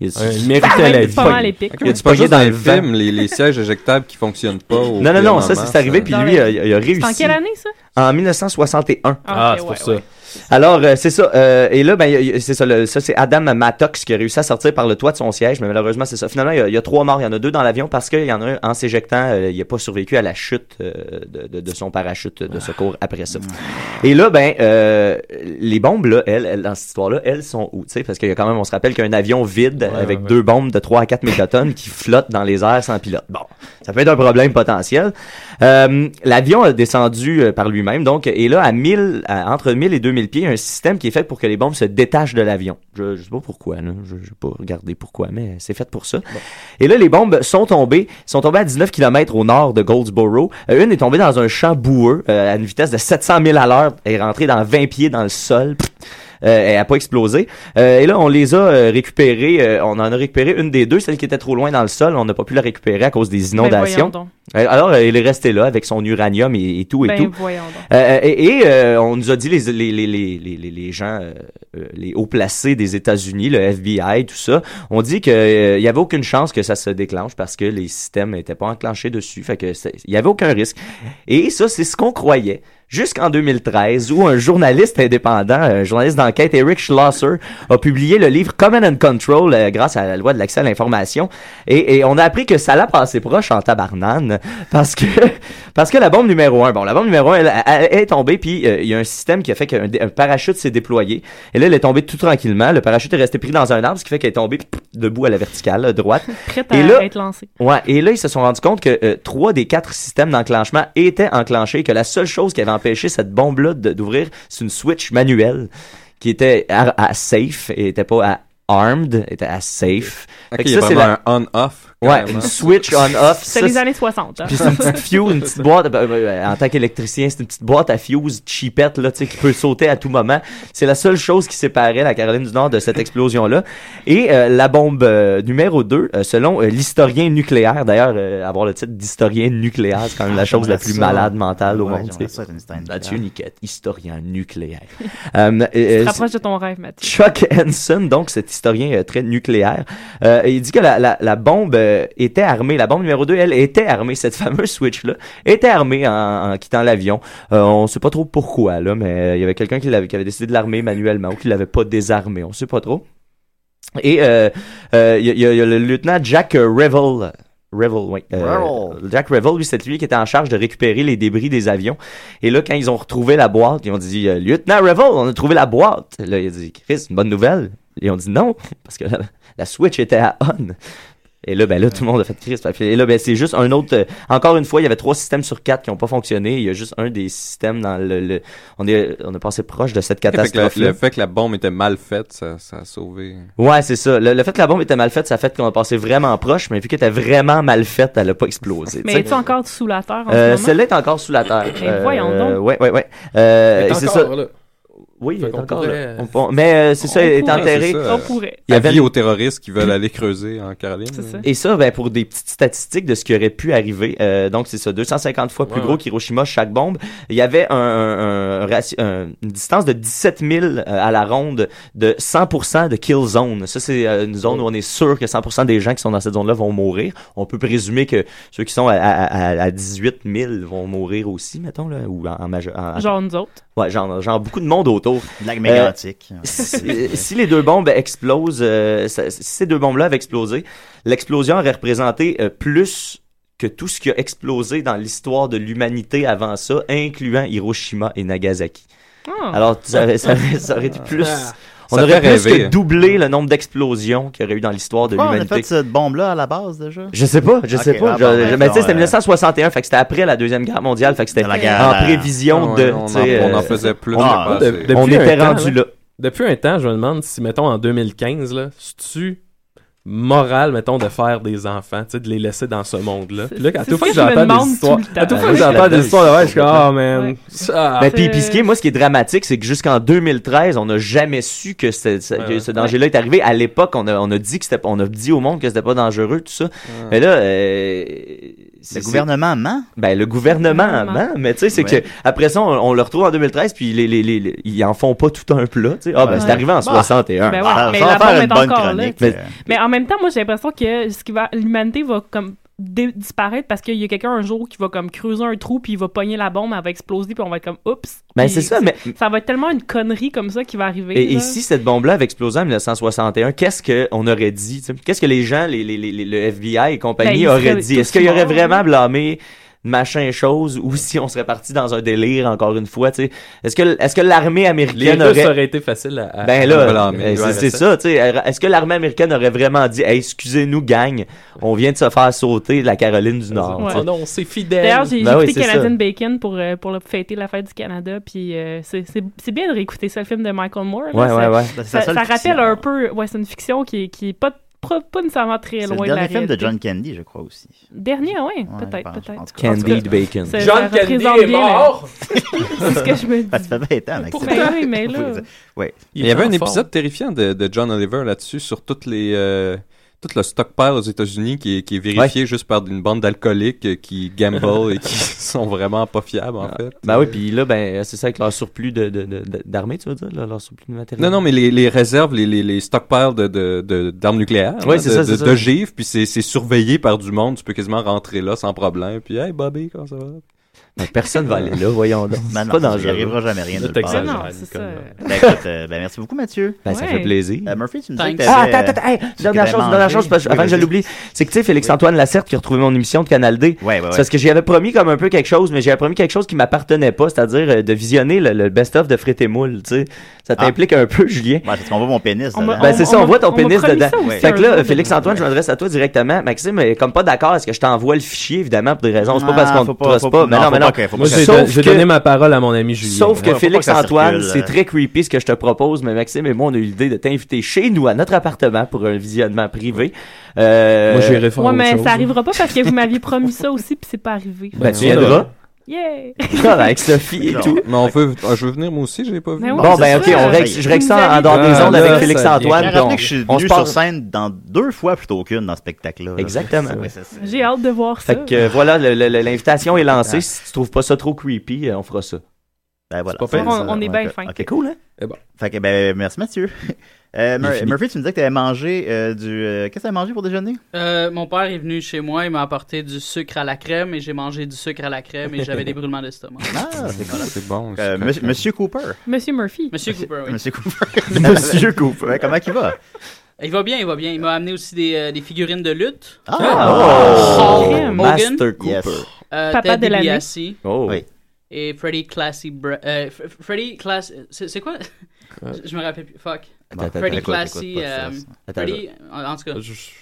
H: Il a
G: il
I: Euh, méritait
H: Bam!
I: la
H: Il a
I: vie.
H: pogné-
I: Il y a du
H: pogné
I: dans le
H: vent.
I: film, les, les sièges éjectables qui fonctionnent pas. au
H: Non, non,
I: pire hein.
H: non, ça,
I: moment,
H: c'est arrivé, puis lui, euh, il a- il a réussi.
F: C'est en quelle année, ça?
H: En 1961.
F: Ah, Ah, ok, c'est pour ouais, ça. ouais.
H: Alors, euh, c'est ça. euh, et là, ben, il y a- il y a- c'est ça. le- ça, c'est Adam Mattox qui a réussi à sortir par le toit de son siège, mais malheureusement, c'est ça. Finalement, il y, a, il y a trois morts. Il y en a deux dans l'avion parce qu'il y en a un en s'éjectant. euh, il n'a pas survécu à la chute euh, de, de- de son parachute de secours après ça. Et là, ben, euh, les bombes, là, elles, elles, dans cette histoire-là, elles sont où? tu sais, Parce qu'il y a quand même, on se rappelle qu'un avion vide avec deux bombes de 3 à 4 mégatonnes qui flottent dans les airs sans pilote. Bon, ça peut être un problème potentiel. Euh, L'avion a descendu euh, par lui-même, donc, et là, à 1000, à- entre 1000 et 2000 pieds, un système qui est fait pour que les bombes se détachent de l'avion. Je, je sais pas pourquoi, là. je je vais pas regarder pourquoi, mais c'est fait pour ça. Et là, les bombes sont tombées, sont tombées à 19 km au nord de Goldsboro. Euh, une est tombée dans un champ boueux euh, à une vitesse de 700 000 à l'heure, Elle est rentrée dans 20 pieds dans le sol. Pff, euh, elle a pas explosé. Euh, et là, on les a euh, récupérées. euh, on en a récupéré une des deux, celle qui était trop loin dans le sol. On n'a pas pu la récupérer à cause des inondations.
F: Ben, voyons donc.
H: Euh, Alors, euh, il est resté là avec son uranium et, et tout et
F: Ben,
H: tout.
F: voyons donc.
H: Euh, et et, euh, on nous a dit les, les, les, les, les, les- les gens, euh, euh, les hauts placés des États-Unis, le FBI, tout ça, on dit qu'il n'y avait aucune chance que ça se déclenche parce que les systèmes n'étaient pas enclenchés dessus. Fait que c'est- il n'y avait aucun risque. Et ça, c'est ce qu'on croyait. Jusqu'en 2013, où un journaliste indépendant, un journaliste d'enquête, Eric Schlosser, a publié le livre Command and Control euh, grâce à la loi de l'accès à l'information. Et, et on a appris que ça l'a passé proche en tabarnane parce que parce que la bombe numéro 1, bon, la bombe numéro 1, elle, elle- elle est tombée, puis euh, il y a un système qui a fait qu'un dé- un parachute s'est déployé. Et là, elle est tombée tout tranquillement. Le parachute est resté pris dans un arbre, ce qui fait qu'elle est tombée pff, debout à la verticale, à droite.
F: Prête
H: Et
F: à
H: là-
F: être lancée.
H: Ouais, et là, ils se sont rendus compte que euh, trois des quatre systèmes d'enclenchement étaient enclenchés, que la seule chose qui avait empêché cette bombe-là de- d'ouvrir, c'est une switch manuelle qui était à, à safe et était pas à armed, était à safe.
I: Ok,
H: Fait que
I: il y a
H: c'est
I: vraiment un on-off, quand
H: Ouais,
I: même, hein.
H: une switch on-off.
F: C'est
H: Ça,
F: les années 60. hein.
H: puis c'est une petite fuse, une petite boîte. ben, ben, ben, en tant qu'électricien, c'est une petite boîte à fuse cheapette là, tu sais, qui peut sauter à tout moment. C'est la seule chose qui séparait la Caroline du Nord de cette explosion-là. Et euh, la bombe euh, numéro 2, selon euh, l'historien nucléaire, d'ailleurs, euh, avoir le titre d'historien nucléaire, c'est quand même la chose la plus
E: Ah, ça.
H: malade mentale au
E: Ouais,
H: monde.
E: j'aimerais
H: tu sais.
E: ça être Einstein nucléaire.
H: Mathieu Niquette, historien nucléaire. Euh,
F: Tu
H: euh,
F: te rapproches de ton rêve, Mathieu.
H: Chuck Hanson, donc cet historien euh, très nucléaire, euh, il dit que la, la- la bombe euh, était armée, la bombe numéro 2, elle était armée, cette fameuse switch-là, était armée en, en quittant l'avion. Euh, on sait pas trop pourquoi, là, mais euh, il y avait quelqu'un qui, l'avait- qui avait décidé de l'armer manuellement ou qui l'avait pas désarmée, on sait pas trop. Et euh, euh, il y, a- il y a- il y a le lieutenant Jack euh, Revel. Revel, oui. Euh,
E: Revel.
H: Jack Revel, lui, c'était lui qui était en charge de récupérer les débris des avions. Et là, quand ils ont retrouvé la boîte, ils ont dit euh, Lieutenant Revel, on a trouvé la boîte. Là, il a dit Chris, une bonne nouvelle. Ils ont dit non, parce que la, la Switch était à on. Et là, ben là, tout le monde a fait Chris. Et là, ben, c'est juste un autre. euh, encore une fois, il y avait trois systèmes sur quatre qui n'ont pas fonctionné. Il y a juste un des systèmes dans le. le- on, est, on est passé proche de cette
I: Fait que la-
H: catastrophe-là.
I: le fait que la bombe était mal faite, ça, ça a sauvé.
H: Ouais, c'est ça. Le, le fait que la bombe était mal faite, ça a fait qu'on a passé vraiment proche, mais vu qu'elle était vraiment mal faite, elle a pas explosé.
F: Mais
H: tu sais.
F: es-tu encore sous la terre
H: Euh,
F: en ce moment?
H: Celle-là est encore sous la terre.
F: Mais voyons donc.
E: Uh,
H: Ouais, ouais, ouais. Euh,
F: Elle est
H: et c'est ça.
F: encore là.
H: Oui,
I: Fait qu'on
H: encore
I: pourrait-
H: là. On- on- mais euh, c'est ça, il est enterré.
I: Il y avait aux terroristes qui veulent aller creuser en Caroline.
H: Hmm. Et ça, ben, pour des petites statistiques de ce qui aurait pu arriver, euh, donc c'est ça, 250 fois plus
I: Ouais,
H: gros
I: ouais.
H: qu'Hiroshima chaque bombe. Il y avait un, un- un ratio- un- une distance de 17 000 euh, à la ronde de 100% de kill zone. Ça, c'est euh, une zone où on est sûr que 100% des gens qui sont dans cette zone-là vont mourir. On peut présumer que ceux qui sont à, à- à- à 18 000 vont mourir aussi, mettons, là, ou en, en maje- en- en-
F: Genre nous autres.
H: Ouais, genre, genre beaucoup de monde autour.
E: Blague mégantique.
H: Euh, si, si les deux bombes explosent, euh, ça- si ces deux bombes-là avaient explosé, l'explosion aurait représenté euh, plus que tout ce qui a explosé dans l'histoire de l'humanité avant ça, incluant Hiroshima et Nagasaki.
K: Ah.
H: Alors, ça, aurait- ça aurait- ça aurait été plus...
E: Ah.
H: On
E: Ça
H: aurait
E: fait
H: plus
E: rêver.
H: que doublé le nombre d'explosions qu'il y aurait eu dans l'histoire de
E: Pourquoi Ah, on a
H: l'humanité.
E: fait cette bombe-là à la base déjà?
H: Je sais pas, je sais
E: Ok,
H: pas.
E: ah,
H: Je-
E: bon,
H: je-
E: ben,
H: mais tu sais,
E: non,
H: c'était
E: euh,
H: 1961, fait que c'était après la Deuxième Guerre mondiale, fait que c'était
E: guerre,
H: en
E: euh,
H: prévision
G: Ah ouais,
H: de...
G: on en-
H: tu sais,
G: on en
H: euh,
G: faisait plus,
H: on-
G: mais pas
H: on-
G: assez. Depuis
H: on
G: un
H: était
G: temps,
H: rendu là.
G: Depuis un temps, je me demande si, mettons, en 2015, là, c'est-tu moral, mettons, de faire des enfants, tu sais, de les laisser dans ce monde-là. Puis là, à
H: c'est
G: toute
H: ce
G: fois
H: que
G: que
H: je me
G: j'entends
H: demande
G: des histoires,
H: tout le temps.
G: à toute fois
H: Ah
G: que
H: oui,
G: j'entends
H: là-dedans,
G: des histoires, là, ouais, je suis comme,
H: complètement.
G: ah, man. ça-
H: Ben, puis, puis ce qui est, moi, ce qui est dramatique, c'est que jusqu'en 2013, on n'a jamais su que, c'était- ce- que ce danger-là est arrivé. À l'époque, on a, on a dit que c'était, on a dit au monde que c'était pas dangereux, tout ça. Mais là, euh, c'est-
E: Le gouvernement ment.
H: Ben, le gouvernement ment, mais tu sais, c'est
E: Ouais.
H: que après ça, on, on le retrouve en 2013, puis les, les, les- les- ils en font pas tout un plat. tu sais. Ah, ben,
F: Ouais.
H: c'est arrivé en
F: Bah.
H: 61.
F: Ben ouais,
H: Ah,
F: mais
H: ça va
F: la
H: faire
F: bombe
H: une
F: est
H: bonne
F: encore là,
H: chronique.
F: tu sais.
H: Mais-
F: Mais en même temps, moi, j'ai l'impression que ce qui va, l'humanité va comme dé- disparaître parce qu'il y a quelqu'un un jour qui va comme creuser un trou puis il va pogner la bombe, elle va exploser puis on va être comme oups.
H: Ben,
F: Puis
H: c'est ça, mais-
F: ça va être tellement une connerie comme ça qui va arriver.
H: Et, et
F: là.
H: si cette bombe-là avait explosé en 1961, qu'est-ce qu'on aurait dit? tu sais? Qu'est-ce que les gens, les, les- les- les- le FBI et
F: Ben,
H: compagnie
F: ils
H: auraient
F: seraient
H: dit?
F: tous
H: Est-ce qu'il y aurait
F: morts.
H: vraiment blâmé machin chose ou si on serait parti dans un délire encore une fois? tu sais? Est-ce que, est-ce que l'armée
G: Les
H: américaine
G: Russes
H: aurait...
G: auraient été faciles à- à.
H: Ben
G: à
H: là,
G: blâmer,
H: euh, c'est
G: ouais,
H: c'est ça, tu sais. Est-ce que l'armée américaine aurait vraiment dit, Hey, excusez-nous, gang, on vient de se faire sauter de la Caroline du Nord?
F: Ouais.
H: tu sais.
G: c'est fidèle.
F: D'ailleurs, j'ai
H: Ben oui,
F: écouté
H: c'est ça.
F: Canadian Bacon pour, euh, pour le- fêter la fête du Canada, puis euh, c'est- c'est c'est bien de réécouter ça, le film de Michael Moore. là.
H: Ouais,
F: ça,
H: ouais, ouais.
F: Ça,
H: Ben, c'est la
F: ça
H: seule
F: rappelle
H: fiction.
F: un peu, ouais, c'est une fiction qui est, qui est pas, pas, pas nécessairement très
E: C'est
F: loin
E: le
F: de la
E: dernier film de
F: réalité.
E: John Candy, je crois aussi.
F: Dernier, oui,
E: Ouais, je
F: peut-être,
E: pense, je pense
F: peut-être.
E: que- Candied
F: En tout cas,
E: Bacon.
F: ça-
E: John
F: ça
E: Candy
F: représente
E: est
F: bien la-
E: mort!
F: C'est ce que je me dis.
E: Ça fait 20 ans, Maxime.
F: Pour vrai, mais là...
E: Ouais.
I: Il y avait un épisode terrifiant de, de John Oliver là-dessus sur toutes les euh, tout le stockpile aux États-Unis qui, est- qui est vérifié juste par une bande d'alcooliques euh, qui gamble et qui sont vraiment pas
G: Ah
I: fiables en fait.
H: Ben oui, puis là, ben, c'est ça avec leur surplus de- de- de- de- d'armée, tu veux dire, là, leur surplus de matériel?
I: Non, non, mais les, les réserves, les, les, les stockpiles de, de, de- d'armes nucléaires,
H: Ouais,
I: hein,
H: c'est
I: de-
H: ça,
I: de-
H: c'est ça.
I: d'ogives, puis c'est, c'est surveillé par du monde, tu peux quasiment rentrer là sans problème, puis hey Bobby, comment ça va?
H: Mais personne va aller là, voyons donc.
E: Ben
H: C'est
E: non,
H: pas
E: il
H: dangereux.
E: arrivera jamais rien. nulle part.
H: Non, non,
E: Ben,
H: c'est ça.
E: Ben écoute, euh, ben, merci beaucoup, Mathieu.
H: Ben, ça fait plaisir.
E: Euh, Murphy, tu nous disais que
H: Ah,
E: t'avais-
H: attends, attends, hey,
E: tu
H: dernière
E: t'avais
H: chose,
E: mangé.
H: dernière chose, parce que-
E: Oui,
H: avant que je
E: vas-y.
H: l'oublie, c'est que tu sais, Félix-Antoine Lacerte qui a retrouvé mon émission de Canal D.
E: ouais.
H: C'est parce que j'y avais promis comme un peu quelque chose, mais j'avais promis quelque chose qui m'appartenait pas, c'est-à-dire euh, de visionner le, le best-of de Frites et Moules, tu sais. Ça t'implique un peu, Julien.
E: Ah. parce qu'on voit mon pénis.
H: Ben,
E: dedans.
H: ben, c'est ça, on, voit ton
E: on m'a
H: pénis
E: promis
H: dedans.
E: ça aussi
H: Fait que
E: un
H: là,
E: jour,
H: Félix-Antoine, je m'adresse à toi directement. Maxime, est comme pas d'accord, est-ce que je t'envoie le fichier, évidemment, pour des raisons, c'est pas
E: Ah,
H: parce qu'on
E: faut
H: te
E: pas,
H: trosse
E: faut-
H: pas.
E: non,
H: Mais non,
E: faut
H: mais non.
E: pas que- faut pas
G: Moi,
E: que ça
G: j'ai don-
H: Sauf
G: j'ai
H: que-
G: donné ma parole à mon ami Julien.
H: Sauf que
G: Ouais, faut pas ça
H: Félix-Antoine,
G: circule,
H: c'est
G: euh.
H: très creepy ce que je te propose, mais Maxime et moi, on a eu l'idée de t'inviter chez nous, à notre appartement, pour un visionnement privé. Euh,
G: Moi, j'irai faire
F: Ouais, mais ça arrivera pas parce que vous m'aviez promis ça aussi, puis c'est pas arrivé.
H: Ben, tu viendras.
F: Yeah!
H: Avec Sophie et
I: Non.
H: tout.
I: Mais on veut, ah, je veux venir moi aussi, j'ai pas vu. Ah,
F: Mais oui,
H: Bon, ben, ok, on règle, je règle ça en dehors Ah, des ondes avec Félix-Antoine.
E: Rappelez
H: puis
E: que je suis
H: on- on
E: venu
H: se parle-
E: sur scène dans deux fois plutôt qu'une dans ce spectacle-là. là.
H: Exactement.
E: Ouais, c'est ça.
F: J'ai hâte de voir ça.
H: Fait que euh, voilà, le- le- le- l'invitation est lancée. Si tu trouves pas ça trop creepy, euh, on fera ça.
E: Ben voilà.
H: C'est pas
F: On- on est bien fin.
E: Ok, cool, hein?
G: bon.
E: Fait que, ben, merci Mathieu. Euh, Mur-
H: Il est fini.
E: Murphy, tu me disais que tu avais mangé euh, du. euh, Qu'est-ce que tu as mangé pour déjeuner?
L: Euh, mon père est venu chez moi, il m'a apporté du sucre à la crème et j'ai mangé du sucre à la crème et j'avais des brûlements d'estomac.
E: Ah, c'est cool.
I: C'est bon.
E: Euh,
I: c'est cool.
E: monsieur, monsieur Cooper.
F: Monsieur Murphy.
L: Monsieur Cooper, oui.
E: Monsieur Cooper. monsieur Cooper. Comment il va?
L: Il va bien, il va bien. Il m'a amené aussi des, euh, des figurines de lutte.
E: Ah!
H: Oh!
L: Hulk Hogan,
H: Master Cooper.
L: euh,
F: Papa
L: Ted
F: de l'année.
L: DiBiase
H: Oh. Oui.
L: Et Freddy Classy... Bra- euh, F- Freddy Classy... C'est c'est quoi? Je je me rappelle plus. Fuck.
E: Attends, attends,
L: Freddy
E: écoute,
L: Classy...
E: écoute pas ça.
L: euh,
E: Attends,
L: Freddy... En en tout cas...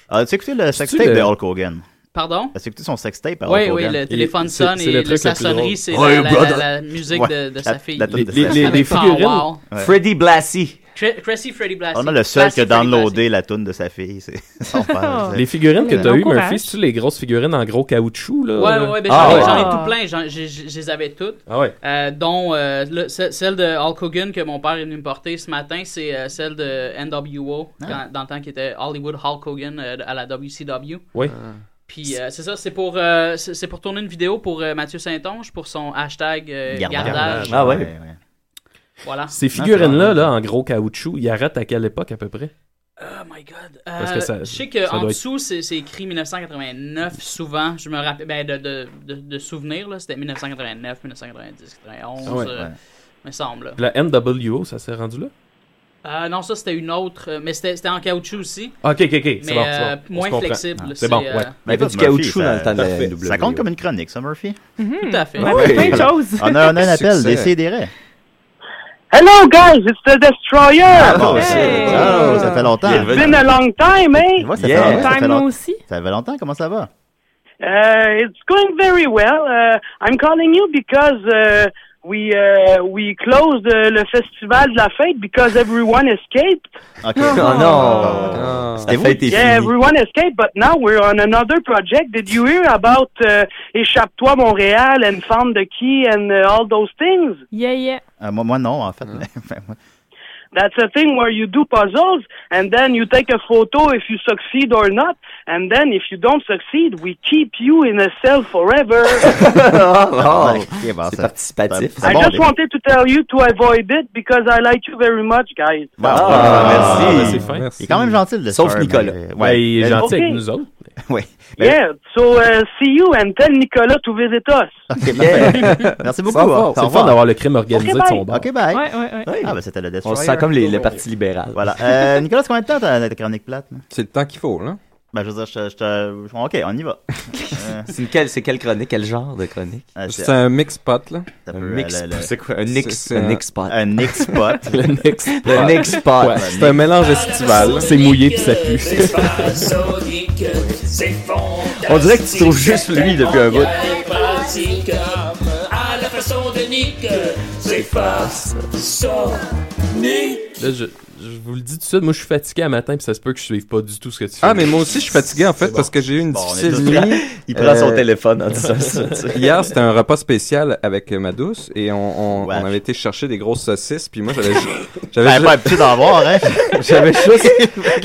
E: Ah, tu as écouté le
L: C'est-tu
E: sextape
L: le-
E: de Hulk Hogan?
L: Pardon?
E: As-tu écouté son sextape à
L: Oui,
E: Hulk
L: oui,
E: Hogan?
L: le téléphone sonne et le- sa sonnerie, c'est la-
E: Ouais,
L: la, la-
E: brother.
L: la musique
E: Ouais,
L: de, de
E: la-
L: sa fille.
E: la toune de sa fille.
L: Avec Power Wow.
E: Ouais.
H: Freddy Blassie.
L: Cre- Cressy Freddy Blassie.
E: On a le seul qui a
L: Blassie Freddy
E: downloadé la toune de sa fille. C'est son père.
G: Les figurines que
E: Mais
G: t'as
E: bon
G: eues,
E: courage.
G: Murphy, c'est-tu les grosses figurines en gros caoutchouc, là?
L: Ouais, ouais, ouais, ben,
G: Ah,
L: j'en ai-
G: ouais.
L: j'en ai, tout plein, j'en- j'ai- j'ai- je les avais toutes.
G: Ah ouais.
L: Euh, dont euh, le- ce- celle de Hulk Hogan que mon père est venu me porter ce matin, c'est euh, celle de NWO,
G: Ah.
L: quand- dans le temps qui était Hollywood Hulk Hogan euh, à la WCW.
G: Oui.
L: Puis euh, c'est ça, c'est pour, euh, c'est c'est pour tourner une vidéo pour euh, Mathieu Saint-Onge pour son hashtag euh,
E: Gardage.
L: gardage.
G: Ah ouais.
L: Voilà.
G: Ces figurines-là, là, en gros caoutchouc, ils arrêtent à quelle époque à peu près?
L: Oh my god.
G: Parce
L: Euh,
G: que ça-
L: je sais
G: ça
L: qu'en
G: doit être-
L: dessous, c'est c'est écrit 1989 souvent. Je me rappelle ben, de, de, de, de souvenirs, là, c'était 1989, 1990, 91.
G: Ah ouais,
L: euh,
G: ouais.
L: Me semble. là.
G: Puis La NWO, ça s'est rendu là?
L: Euh, non, ça c'était une autre, euh, mais c'était c'était en caoutchouc aussi.
G: Ah, ok, ok, ok, c'est
L: Mais
G: bon, c'est
L: euh,
G: bon. On se
L: moins
G: comprend.
L: flexible.
G: Ah, c'est bon, ouais.
L: euh,
G: Il y avait du
E: Murphy,
G: caoutchouc
E: ça-
G: dans le temps de la
E: parfait.
G: NWO.
E: Ça compte comme une chronique, ça, Murphy?
L: Tout à fait.
E: Ah oui. On a, on a un appel, des CDR.
O: Hello, guys, it's the Destroyer!
E: Ah, Oh, ça fait longtemps.
O: It's been a long time, eh?
E: Ouais, ça, fait longtemps, ça, fait longtemps. ça fait longtemps, comment ça va?
O: Uh, it's going very well. Uh, I'm calling you because uh, we uh, we closed uh, le festival de la fête because everyone escaped.
E: Ok. Ah,
O: Oh non.
F: Oh.
E: C'était vous?
O: Yeah, everyone escaped, but now we're on another project. Did you hear about uh, Échappe-toi Montréal and Found the Key and uh, all those things?
F: Yeah, yeah.
E: Euh, moi, moi, non, en fait. mais-
H: Ah.
E: enfin, moi-
O: That's a thing where you do puzzles and then you take a photo if you succeed or not. And then if you don't succeed, we keep you in a cell forever.
E: Ok, bon,
H: Ah, c'est
E: ça-
H: participatif.
E: ça- ça
O: I
E: bondait.
O: just wanted to tell you to avoid it because I like you very much, guys.
E: Bon,
H: Ah,
E: bon,
H: merci.
E: c'est
H: fin.
E: Il est quand même gentil de
H: Sauf Nicolas.
E: Ouais,
H: Ben, il est
E: Mais-
H: gentil
O: avec nous
G: autres.
E: oui.
O: Yeah, so uh, see you and tell Nicolas to visit us.
E: Ok, parfait. Merci beaucoup.
G: C'est
E: Au
G: fort. C'est le
E: revoir.
G: fun d'avoir le crime organisé
E: Ok,
G: de son
E: bye.
G: bord.
E: Ok, bye.
O: Ouais, ouais, ouais.
E: Ah, ben, c'était le Destroyer.
H: On se sent comme les, le Parti libéral.
E: Voilà. Euh, Nicolas, c'est combien de temps t'as ta chronique plate? C'est le temps qu'il faut, là. Ben, je veux dire, je, je, je- Ok, on y va. Euh,
H: C'est une quelle, c'est quelle chronique, quel genre de chronique
E: Ah,
I: C'est un mix pot, là.
E: ça
H: Un
E: peut,
H: mix
E: euh,
H: pot.
E: le-
H: C'est quoi un mix un mix pot
E: Un mix pot.
H: Le mix pot. Le mix pot.
I: Ouais, c'est un mélange estival. C'est mouillé puis ça pue.
H: On dirait que tu trouves juste lui depuis un bout.
K: pratique à la façon de Nick, c'est face sonique.
G: Là, je, je vous le dis tout de suite, moi je suis fatigué à matin, puis ça se peut que je suive pas du tout ce que tu fais.
I: Ah, mais moi aussi, je suis fatigué, en fait,
G: C'est bon.
I: parce que j'ai eu une
G: Bon, on est
I: difficile
G: tous
I: nuit. Euh,
G: là. Il prend son téléphone en disant ça, tu sais.
I: Hier, c'était un repas spécial avec euh, ma douce, et on, on, on avait été chercher des grosses saucisses, puis moi, j'avais ju-
E: J'avais
G: Ben,
I: ju-
E: pas l'habitude d'en voir, hein.
I: J'avais juste,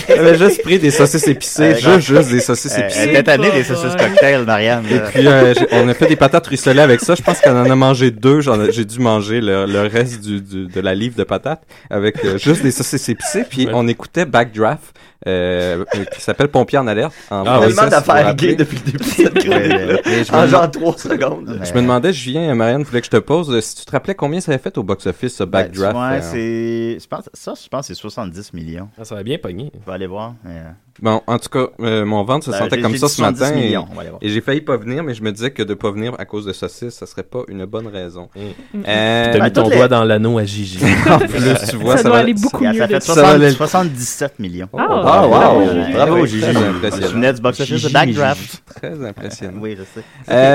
I: j'avais juste pris des saucisses épicées,
E: Euh,
I: juste, juste des saucisses
E: euh,
I: épicées.
E: Elle était tannée des saucisses cocktail, Marianne.
I: Et puis, euh, j'ai- on a fait des patates ruisselées avec ça. Je pense qu'on en a mangé deux. J'en ai- J'ai dû manger le, le reste du, du- de la livre de patates avec euh, juste des saucisses épicées. Puis, on écoutait Backdraft, euh, euh, qui s'appelle Pompier en alerte. En
H: Ah,
I: français,
H: tellement
I: si vous vous
H: d'affaires
I: rappelez.
H: gays depuis le début de cette
I: Et
H: chronique
I: je me
H: En
I: demande-
H: genre 3 secondes.
I: Je me demandais, Julien, euh, Marianne, voulait que je te pose, euh, si tu te rappelais combien ça avait fait au box-office, ce
E: Ben,
I: Backdraft.
H: hein.
E: Ouais,
I: euh,
E: c'est. je pense- Ça, je pense que c'est 70 millions.
G: Ah, Ça va bien pogner.
E: Je vais aller voir. mais, euh,
I: Bon, en tout cas, euh, mon ventre se
E: Ben,
I: sentait
E: j'ai-
I: comme
E: j'ai
I: ça
E: dit
I: ce matin.
E: 70
I: et-
E: millions, on va aller voir.
I: Et, j'ai failli pas venir, mais je me disais que de pas venir à cause de saucisses, ça serait pas une bonne raison.
G: Mm. T'as
E: Ben,
G: mis ton doigt dans l'anneau à Gigi.
I: Euh, en plus, tu vois, Ben, ça,
E: doit
I: va-
E: aller beaucoup
I: ça-
E: mieux
I: ça
E: de
I: fait
E: ça.
I: 60
E: Ça 77 millions.
I: Ah, Ah, wow. wow. Bravo,
E: Ouais,
I: Gigi.
E: très
I: Impressionnant.
E: impressionnant. Je venais du box office de
I: Gigi,
E: Backdraft.
I: Gigi. Très impressionnant.
E: oui, je sais.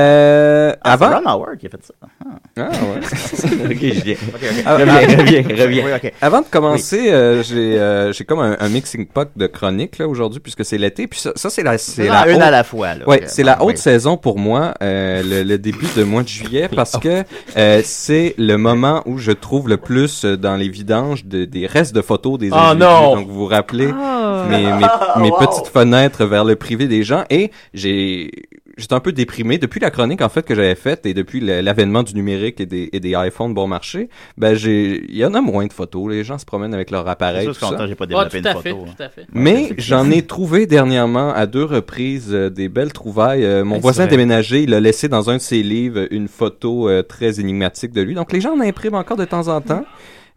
I: Euh,
E: Ah,
I: avant-
E: C'est Ron Howard qui a fait ça.
I: Ah ouais.
E: ok, Ok, ok.
I: Ah,
E: Reviens,
I: ah,
E: reviens, reviens.
I: oui, ok. Avant de commencer, euh, j'ai euh, j'ai comme un, un mixing pot de chroniques là aujourd'hui puisque c'est l'été. Puis ça, ça, c'est la c'est
E: Non,
I: la
E: une
I: haute-
E: à la fois, là.
I: Ouais,
E: Ok,
I: c'est
E: bon,
I: la haute
E: oui.
I: saison pour moi, euh, le, le début de mois de juillet parce que euh, c'est le moment où je trouve le plus euh, dans les vidanges de- des restes de photos des
G: Oh
I: individus.
G: non!
I: Donc vous vous rappelez
G: Ah.
I: mes, mes, mes petites fenêtres vers le privé des gens et j'ai j'étais un peu déprimé depuis la chronique en fait que j'avais faite et depuis le- l'avènement du numérique et des, et des iPhones bon marché ben j'ai il y en a moins de photos les gens se promènent avec leur appareil
E: C'est sûr
I: tout
E: qu'en
I: ça.
E: temps, j'ai pas développé
L: Ah,
E: une
L: tout à
E: photo.
L: fait,
E: hein.
L: tout à fait.
I: Mais j'en ai trouvé dernièrement à deux reprises euh, des belles trouvailles. Euh, mon
G: Ouais,
I: voisin
G: c'est
I: a
G: vrai.
I: déménagé, il a laissé dans un de ses livres euh, une photo euh, très énigmatique de lui. Donc les gens en impriment encore de temps en temps.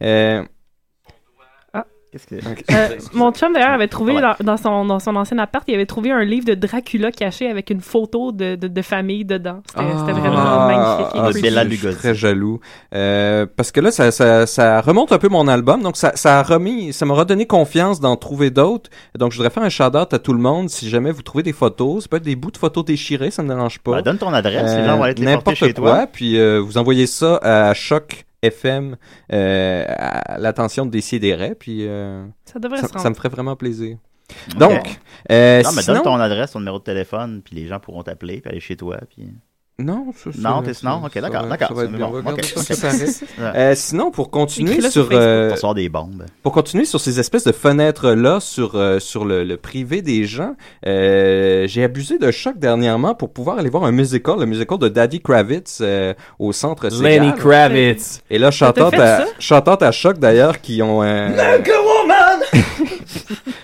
I: Euh,
F: Ah.
E: Qu'est-ce que.
F: Euh, mon chum d'ailleurs avait trouvé
I: Ouais.
F: dans, dans son, dans son ancien appart, il avait trouvé un livre de Dracula caché avec une photo de, de, de famille dedans. Euh, C'était
E: Ah.
F: c'était vraiment magnifique. et
I: Ah,
F: creepy.
I: je suis très jaloux. Euh, parce que là, ça, ça, ça remonte un peu mon album. Donc, ça, ça a remis, ça m'a redonné confiance d'en trouver d'autres. Donc, je voudrais faire un shout-out à tout le monde. Si jamais vous trouvez des photos, ça peut être des bouts de photos déchirés, ça me dérange pas.
E: Bah,
I: Euh,
E: Ben, donne ton adresse, les gens vont aller te les porter
I: N'importe
E: chez
I: quoi.
E: toi.
I: Puis, euh, vous envoyez ça à choc FM euh, à l'attention de Décideret. Puis euh,
F: Ça devrait se rendre.
I: ça me ferait vraiment plaisir. Donc, euh,
E: non, mais
I: sinon-
E: donne ton adresse, ton numéro de téléphone, puis les gens pourront t'appeler, puis aller chez toi, puis.
I: Non, ça, ça-
E: Non, t'es
I: ça-
E: non, ok,
I: ça
E: d'accord,
I: va-
E: d'accord.
I: ça va
E: c'est
I: être bien.
E: bon,
I: Regarde
E: ok,
I: ça,
E: ok.
I: ça s'arrête.
E: Ouais.
I: Euh, sinon, pour continuer
E: Écris-le
I: sur,
E: Facebook,
I: euh,
E: on sort des bombes.
I: Pour continuer sur ces espèces de fenêtres-là, sur, euh, sur le, le privé des gens, euh, j'ai abusé de choc dernièrement pour pouvoir aller voir un musical, le musical de Daddy Kravitz euh, au centre
G: Lenny
I: Segal.
G: Kravitz.
I: Et là, chantante
G: Ça t'a fait
I: à,
G: ça?
I: chantante à choc d'ailleurs, qui ont... euh,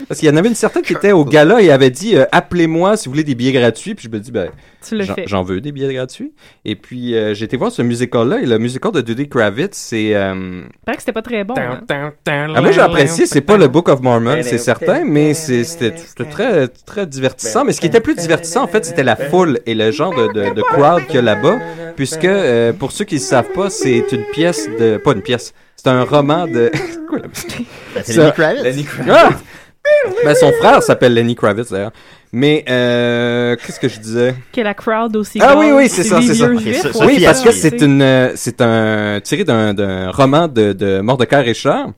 I: parce qu'il y en avait une certaine qui était au gala et avait dit euh, appelez-moi si vous voulez des billets gratuits. Puis je me dis ben
F: Tu l'as
I: j'en-
F: fait.
I: j'en veux des billets gratuits. Et puis euh, j'ai été voir ce musical là et le musical de Dudley Kravitz c'est euh,
F: Paraît que c'était pas très bon. hein.
I: ah, moi j'ai apprécié, c'est pas le Book of
E: Ben,
I: Mormon, c'est certain, mais c'est- c'était c'était très, très divertissant. Mais ce qui était plus divertissant, en fait, c'était la
E: Ben,
I: foule et le genre de, de- de crowd qu'il y a là-bas,
E: ben.
I: puisque, euh, pour ceux qui ne savent pas, c'est une pièce de... Pas une pièce, c'est un roman de... C'est quoi la musique?
E: c'est
I: Ça-
E: Lenny Kravitz.
I: Ah! Ben, son frère s'appelle Lenny Kravitz, d'ailleurs. Mais, euh, qu'est-ce que je disais?
F: Que la crowd aussi.
I: Ah
F: grande,
I: oui, oui, c'est ça,
F: les
I: c'est ça.
F: vieux juifs, ouais,
I: Oui, parce que
F: tu sais.
I: c'est une, euh, c'est un tiré d'un, d'un roman de, de Mordecai Richard.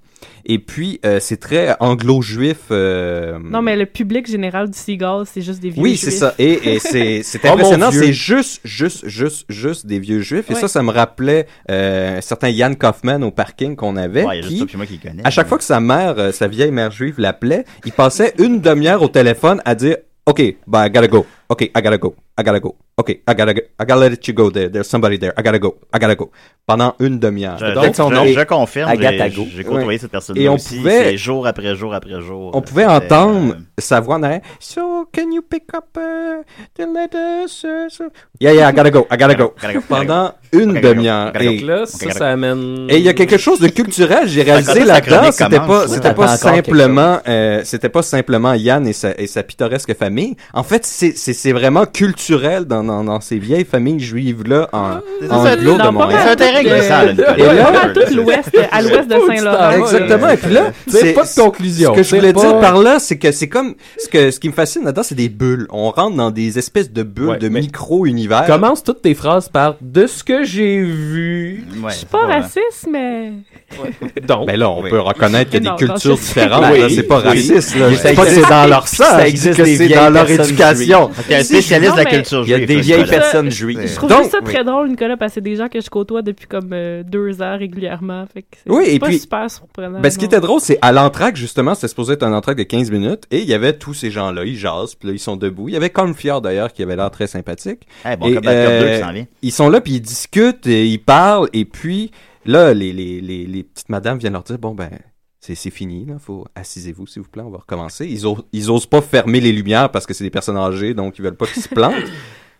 I: Et puis, euh, c'est très anglo-juif. euh,
F: Non, mais le public général du Seagull, c'est juste des vieux
I: oui,
F: juifs.
I: c'est ça. Et, et c'est, c'est
G: Oh, mon
I: impressionnant.
G: Dieu.
I: c'est juste, juste, juste, juste des vieux juifs.
G: Ouais.
I: Et ça, ça me rappelait euh, un certain Yann Kaufman au parking qu'on avait.
E: Ouais, il y a juste
I: qui,
E: toi puis moi qui le connais.
I: À chaque fois que sa mère, euh, sa vieille mère juive l'appelait, il passait une demi-heure au téléphone à dire OK, bah, I gotta go. OK, I gotta go. I gotta go. OK, I gotta go. I gotta let you go there. There's somebody there. I gotta go. I gotta go. Pendant une demi-heure.
E: Je,
I: Donc,
E: je-
I: son
E: je-
I: nom-
E: je confirme,
I: Agatha
E: j'ai
I: Go.
E: j'ai côtoyé
I: Ouais.
E: cette personne
I: Et on
E: aussi,
I: pouvait-
E: c'est jour après jour après jour. euh,
I: on pouvait
E: C'était- euh,
I: entendre sa voix en arrière. So, can you pick up uh, the letters? uh, so- Yeah, yeah, I gotta go, I gotta go. Pendant une demi-heure.
G: Donc
I: Et-
G: là, ça, ça amène.
I: Et il y a quelque chose de culturel, j'ai
G: Quand
I: réalisé
G: ta
I: là-dedans,
G: chronique
I: c'était
G: commence,
I: pas,
G: oui,
I: c'était
G: t'entends
I: pas
G: encore quelque
I: simplement, euh, c'était pas simplement Yann et sa, et sa pittoresque famille. En fait, c'est, c'est, c'est vraiment culturel dans, dans, dans ces vieilles familles juives-là en, en
F: Ah, ça,
I: anglo
F: dans
I: de
F: pas
I: Montréal.
F: mal tout le-
I: Et
F: Pas
I: là,
F: mal tout l'ouest, euh, à l'ouest de Saint-Laurent.
I: Exactement. Et puis là,
G: c'est pas de conclusion.
I: Ce que je
G: C'est
I: voulais
G: pas-
I: dire par là, c'est que c'est comme ce que ce qui me fascine là-dedans, c'est des bulles. On rentre dans des espèces de bulles de micro-univers.
G: Commence toutes tes phrases par de ce que j'ai vu.
I: Ouais, Euh,
F: Je suis pas raciste, mais.
I: Donc, ben là, on peut reconnaître qu'il y a
F: Non,
I: des
F: non,
I: cultures
F: je-
I: différentes.
E: Oui,
I: là, c'est pas
E: oui.
I: raciste. Là.
E: Mais
I: C'est
E: ça
I: pas que c'est
E: existe
I: dans
E: des-
I: leur
E: ça
I: sang,
E: existe
I: que
E: des
I: c'est
E: vieilles
I: dans leur
E: personnes
I: éducation.
E: juives. Ok, un spécialiste de la culture
I: Il y a
E: juive,
I: des
E: ça,
I: vieilles
E: Nicolas.
I: personnes
E: Ouais.
I: juives.
F: Je trouve juste ça très drôle, Nicolas, parce que c'est des gens que je côtoie depuis comme euh, deux heures régulièrement. Fait que c'est
I: Oui,
F: c'est
I: et
F: pas
I: puis-
F: super surprenant.
I: Ben, ce qui
F: non.
I: était drôle, c'est à l'entraque, justement, c'était supposé être un entraque de 15 minutes, et il y avait tous ces gens-là, ils jasent, puis là, ils sont debout. Il y avait Cornfiore, d'ailleurs, qui avait l'air très sympathique.
E: Eh, bon,
I: Et, euh,
E: Cop Bad Cop 2 qui s'en vient.
I: Ils sont là, puis ils discutent, et ils parlent, et puis, là, les, les, les, les petites madames viennent leur dire, bon, ben, c'est c'est fini, là, faut, assisez-vous, s'il vous plaît, on va recommencer. Ils, osent- ils osent pas fermer les lumières parce que c'est des personnes âgées, donc ils veulent pas qu'ils se plantent.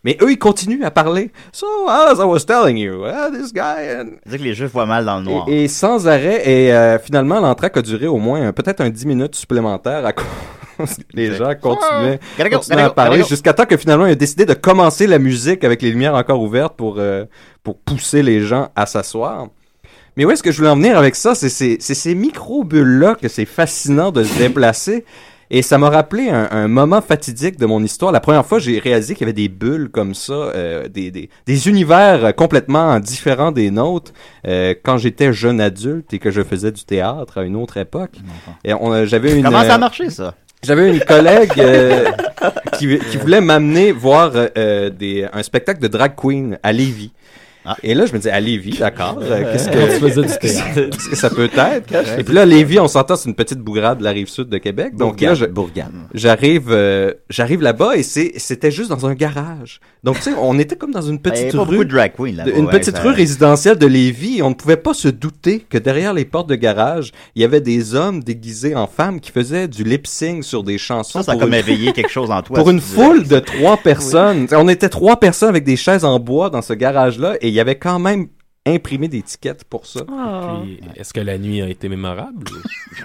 I: Mais eux, ils continuent à parler. So, as I was telling you, ah, this guy, and-
E: C'est-à-dire que les juifs voient mal dans le noir.
I: et, et sans arrêt, et euh, finalement, l'entraque a duré au moins euh, peut-être un 10 minutes supplémentaire à cause que les gens continuaient,
E: Gotta go,
I: continuaient
E: gotta
I: à
E: go,
I: parler
E: gotta go.
I: jusqu'à temps que finalement, il a décidé de commencer la musique avec les lumières encore ouvertes pour, euh, pour pousser les gens à s'asseoir. Mais où est-ce que je voulais en venir avec ça? C'est ces, c'est ces micro-bulles-là que c'est fascinant de se déplacer. Et ça m'a rappelé un, un moment fatidique de mon histoire. La première fois, j'ai réalisé qu'il y avait des bulles comme ça, euh, des, des, des univers euh, complètement différents des nôtres. euh, quand j'étais jeune adulte et que je faisais du théâtre à une autre époque, et on, a- j'avais une...
E: Mmh. Comment ça a
I: euh,
E: marché, ça?
I: j'avais une collègue euh, qui, qui voulait m'amener voir euh, des, un spectacle de drag queen à Lévis.
E: Ah.
I: Et là, je me disais, à Lévis, d'accord. euh, Qu'est-ce
G: Quand tu faisais du
I: que,
G: théâtre.
I: qu'est-ce que ça peut être? Et puis là, Lévis, on s'entend, c'est une petite bourgade de la rive sud de Québec. Donc là,
H: Bourgade,
I: je- j'arrive, euh, j'arrive là-bas et c'est, c'était juste dans un garage. Donc, tu sais, on était comme dans une
E: Ben, Il y
I: petite
E: avait pas
I: rue.
E: beaucoup de drag queens là-bas,
I: Une
E: ouais,
I: petite
E: ça-
I: rue résidentielle de Lévis. Et on ne pouvait pas se douter que derrière les portes de garage, il y avait des hommes déguisés en femmes qui faisaient du lip-sync sur des chansons.
E: Ça, ça a
I: pour
E: comme
I: une-
E: éveillé quelque chose en toi.
I: Pour
E: si
I: une
E: tu
I: foule de trois personnes. T'sais, On était trois personnes avec des chaises en bois dans ce garage-là et il y avait quand même imprimé des tickets pour ça.
F: Ah.
G: Puis, Est-ce que la nuit a été mémorable?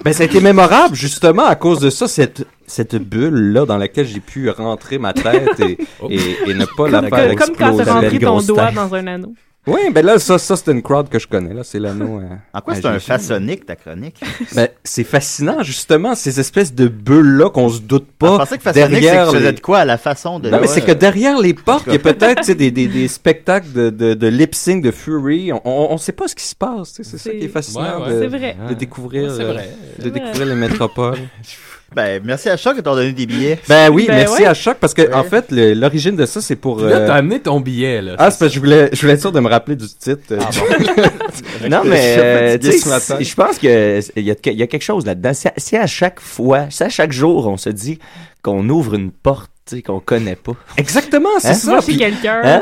I: Ben, ça a été mémorable, justement, à cause de ça, cette, cette bulle-là dans laquelle j'ai pu rentrer ma tête et, et, et ne pas la
G: Oh.
F: Comme,
I: faire
F: comme
I: exploser.
F: quand t'as
I: La
F: rentré
I: belle
F: ton
I: grosse
F: doigt
I: tête.
F: dans un anneau.
I: Oui, ben là, ça, ça c'est une crowd que je connais. Là, c'est l'anneau.
E: En
I: Ah,
E: quoi c'est un façonnique, ta chronique?
I: Ben, c'est fascinant, justement, ces espèces de bulles-là qu'on se doute
E: Ah, Je
I: pas.
E: pensais que façonnique, c'est que
I: derrière
E: tu faisais
I: les-
E: de quoi à la façon de...
I: Non, mais c'est que
E: Ouais.
I: derrière les portes, il y a
E: tout cas.
I: peut-être tu sais, des, des, des spectacles de, de, de lip-sync, de Fury. On- On ne sait pas ce qui se passe. tu sais, C'est ça qui est fascinant
E: Ouais, ouais.
I: de,
E: C'est vrai.
I: de découvrir,
E: Ouais, c'est
I: euh,
E: vrai.
I: de
E: C'est vrai.
I: découvrir les métropoles.
E: Ben, merci à Choc de t'avoir donné des billets.
I: Ben oui, merci à Choc parce que en fait le- l'origine de ça c'est pour. euh,
E: Puis là, t'as
G: amené ton billet là.
I: Ah c'est parce que je voulais je voulais être sûr de me rappeler du titre. euh, du-
H: Non, mais euh,
I: Je
H: tu
I: suis fatigué
H: sais,
I: ce matin.
H: c'est- je pense qu'il y, a de- il y a quelque chose là-dedans. Si, à- si à chaque fois, si à chaque jour, on se dit qu'on ouvre une porte tu sais, qu'on connaît pas.
I: Exactement, c'est
H: Hein?
I: ça. puis-
H: Hein?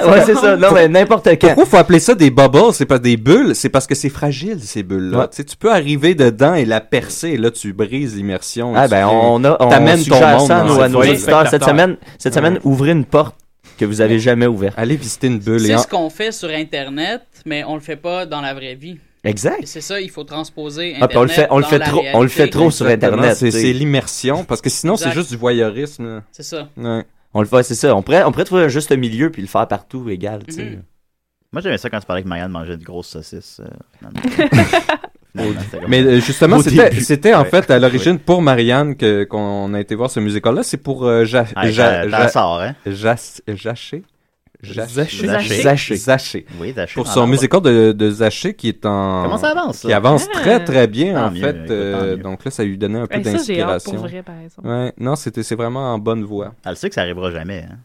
H: Ouais, c'est ça. Non, mais n'importe quand.
I: Pourquoi faut appeler ça des bubbles C'est pas des bulles, c'est parce que c'est fragile ces bulles-là.
H: Ouais.
I: Tu sais, tu peux arriver dedans et la percer, et là tu brises l'immersion. et
H: Ah
I: tu
H: ben
I: crées-
H: on a on
I: t'amènes ton
H: suggère
I: monde
H: ça à
I: dans
H: nos,
I: cette
H: à nos
I: folie.
H: auditeurs cette semaine cette
I: Ouais.
H: semaine ouvrez une porte que vous avez jamais ouverte.
I: Allez visiter une bulle hein.
L: C'est ce qu'on fait sur Internet, mais on le fait pas dans la vraie vie.
H: Exact.
L: Et C'est ça, il faut transposer Internet
I: Ah, puis on le fait, on le
L: dans
I: fait
L: la
I: trop, on le
L: réalité.
I: fait trop sur
H: Exactement,
I: Internet.
H: c'est- c'est
I: l'immersion, parce que sinon
L: c'est juste
I: du voyeurisme.
L: C'est ça.
H: On le fait, c'est ça. On pourrait, on pourrait trouver un juste milieu puis le faire partout égal. tu sais.
E: Mmh.
I: Mm-hmm.
E: Moi, j'aimais ça quand tu parlais que Marianne mangeait de grosses saucisses. euh, finalement. Finalement, c'était comme-
I: Mais euh, justement,
E: Au
I: c'était,
E: début.
I: c'était en
E: Ouais.
I: fait à l'origine pour Marianne que, qu'on a été voir ce musical-là. C'est pour euh, ja,
E: Ah,
I: ja,
E: t'as- t'as sort, hein?
I: Jas- Jaché?
E: Zaché. Zaché.
I: Zaché.
E: Zaché. Oui, Zaché,
I: Pour
E: en
I: son
E: Europe.
I: musical de, de Zaché qui est en.
E: Comment ça avance, ça?
I: Qui avance
E: Ah!
I: très très bien
E: Tant
I: en
E: mieux,
I: fait.
E: écoute,
I: euh,
E: tant mieux.
I: donc là, ça lui donnait un peu
F: Eh, ça, j'ai hâte pour
I: d'inspiration.
F: vrai, par exemple.
I: Ouais, non, c'était, c'est vraiment en bonne voie.
E: Elle sait que ça arrivera jamais. Hein?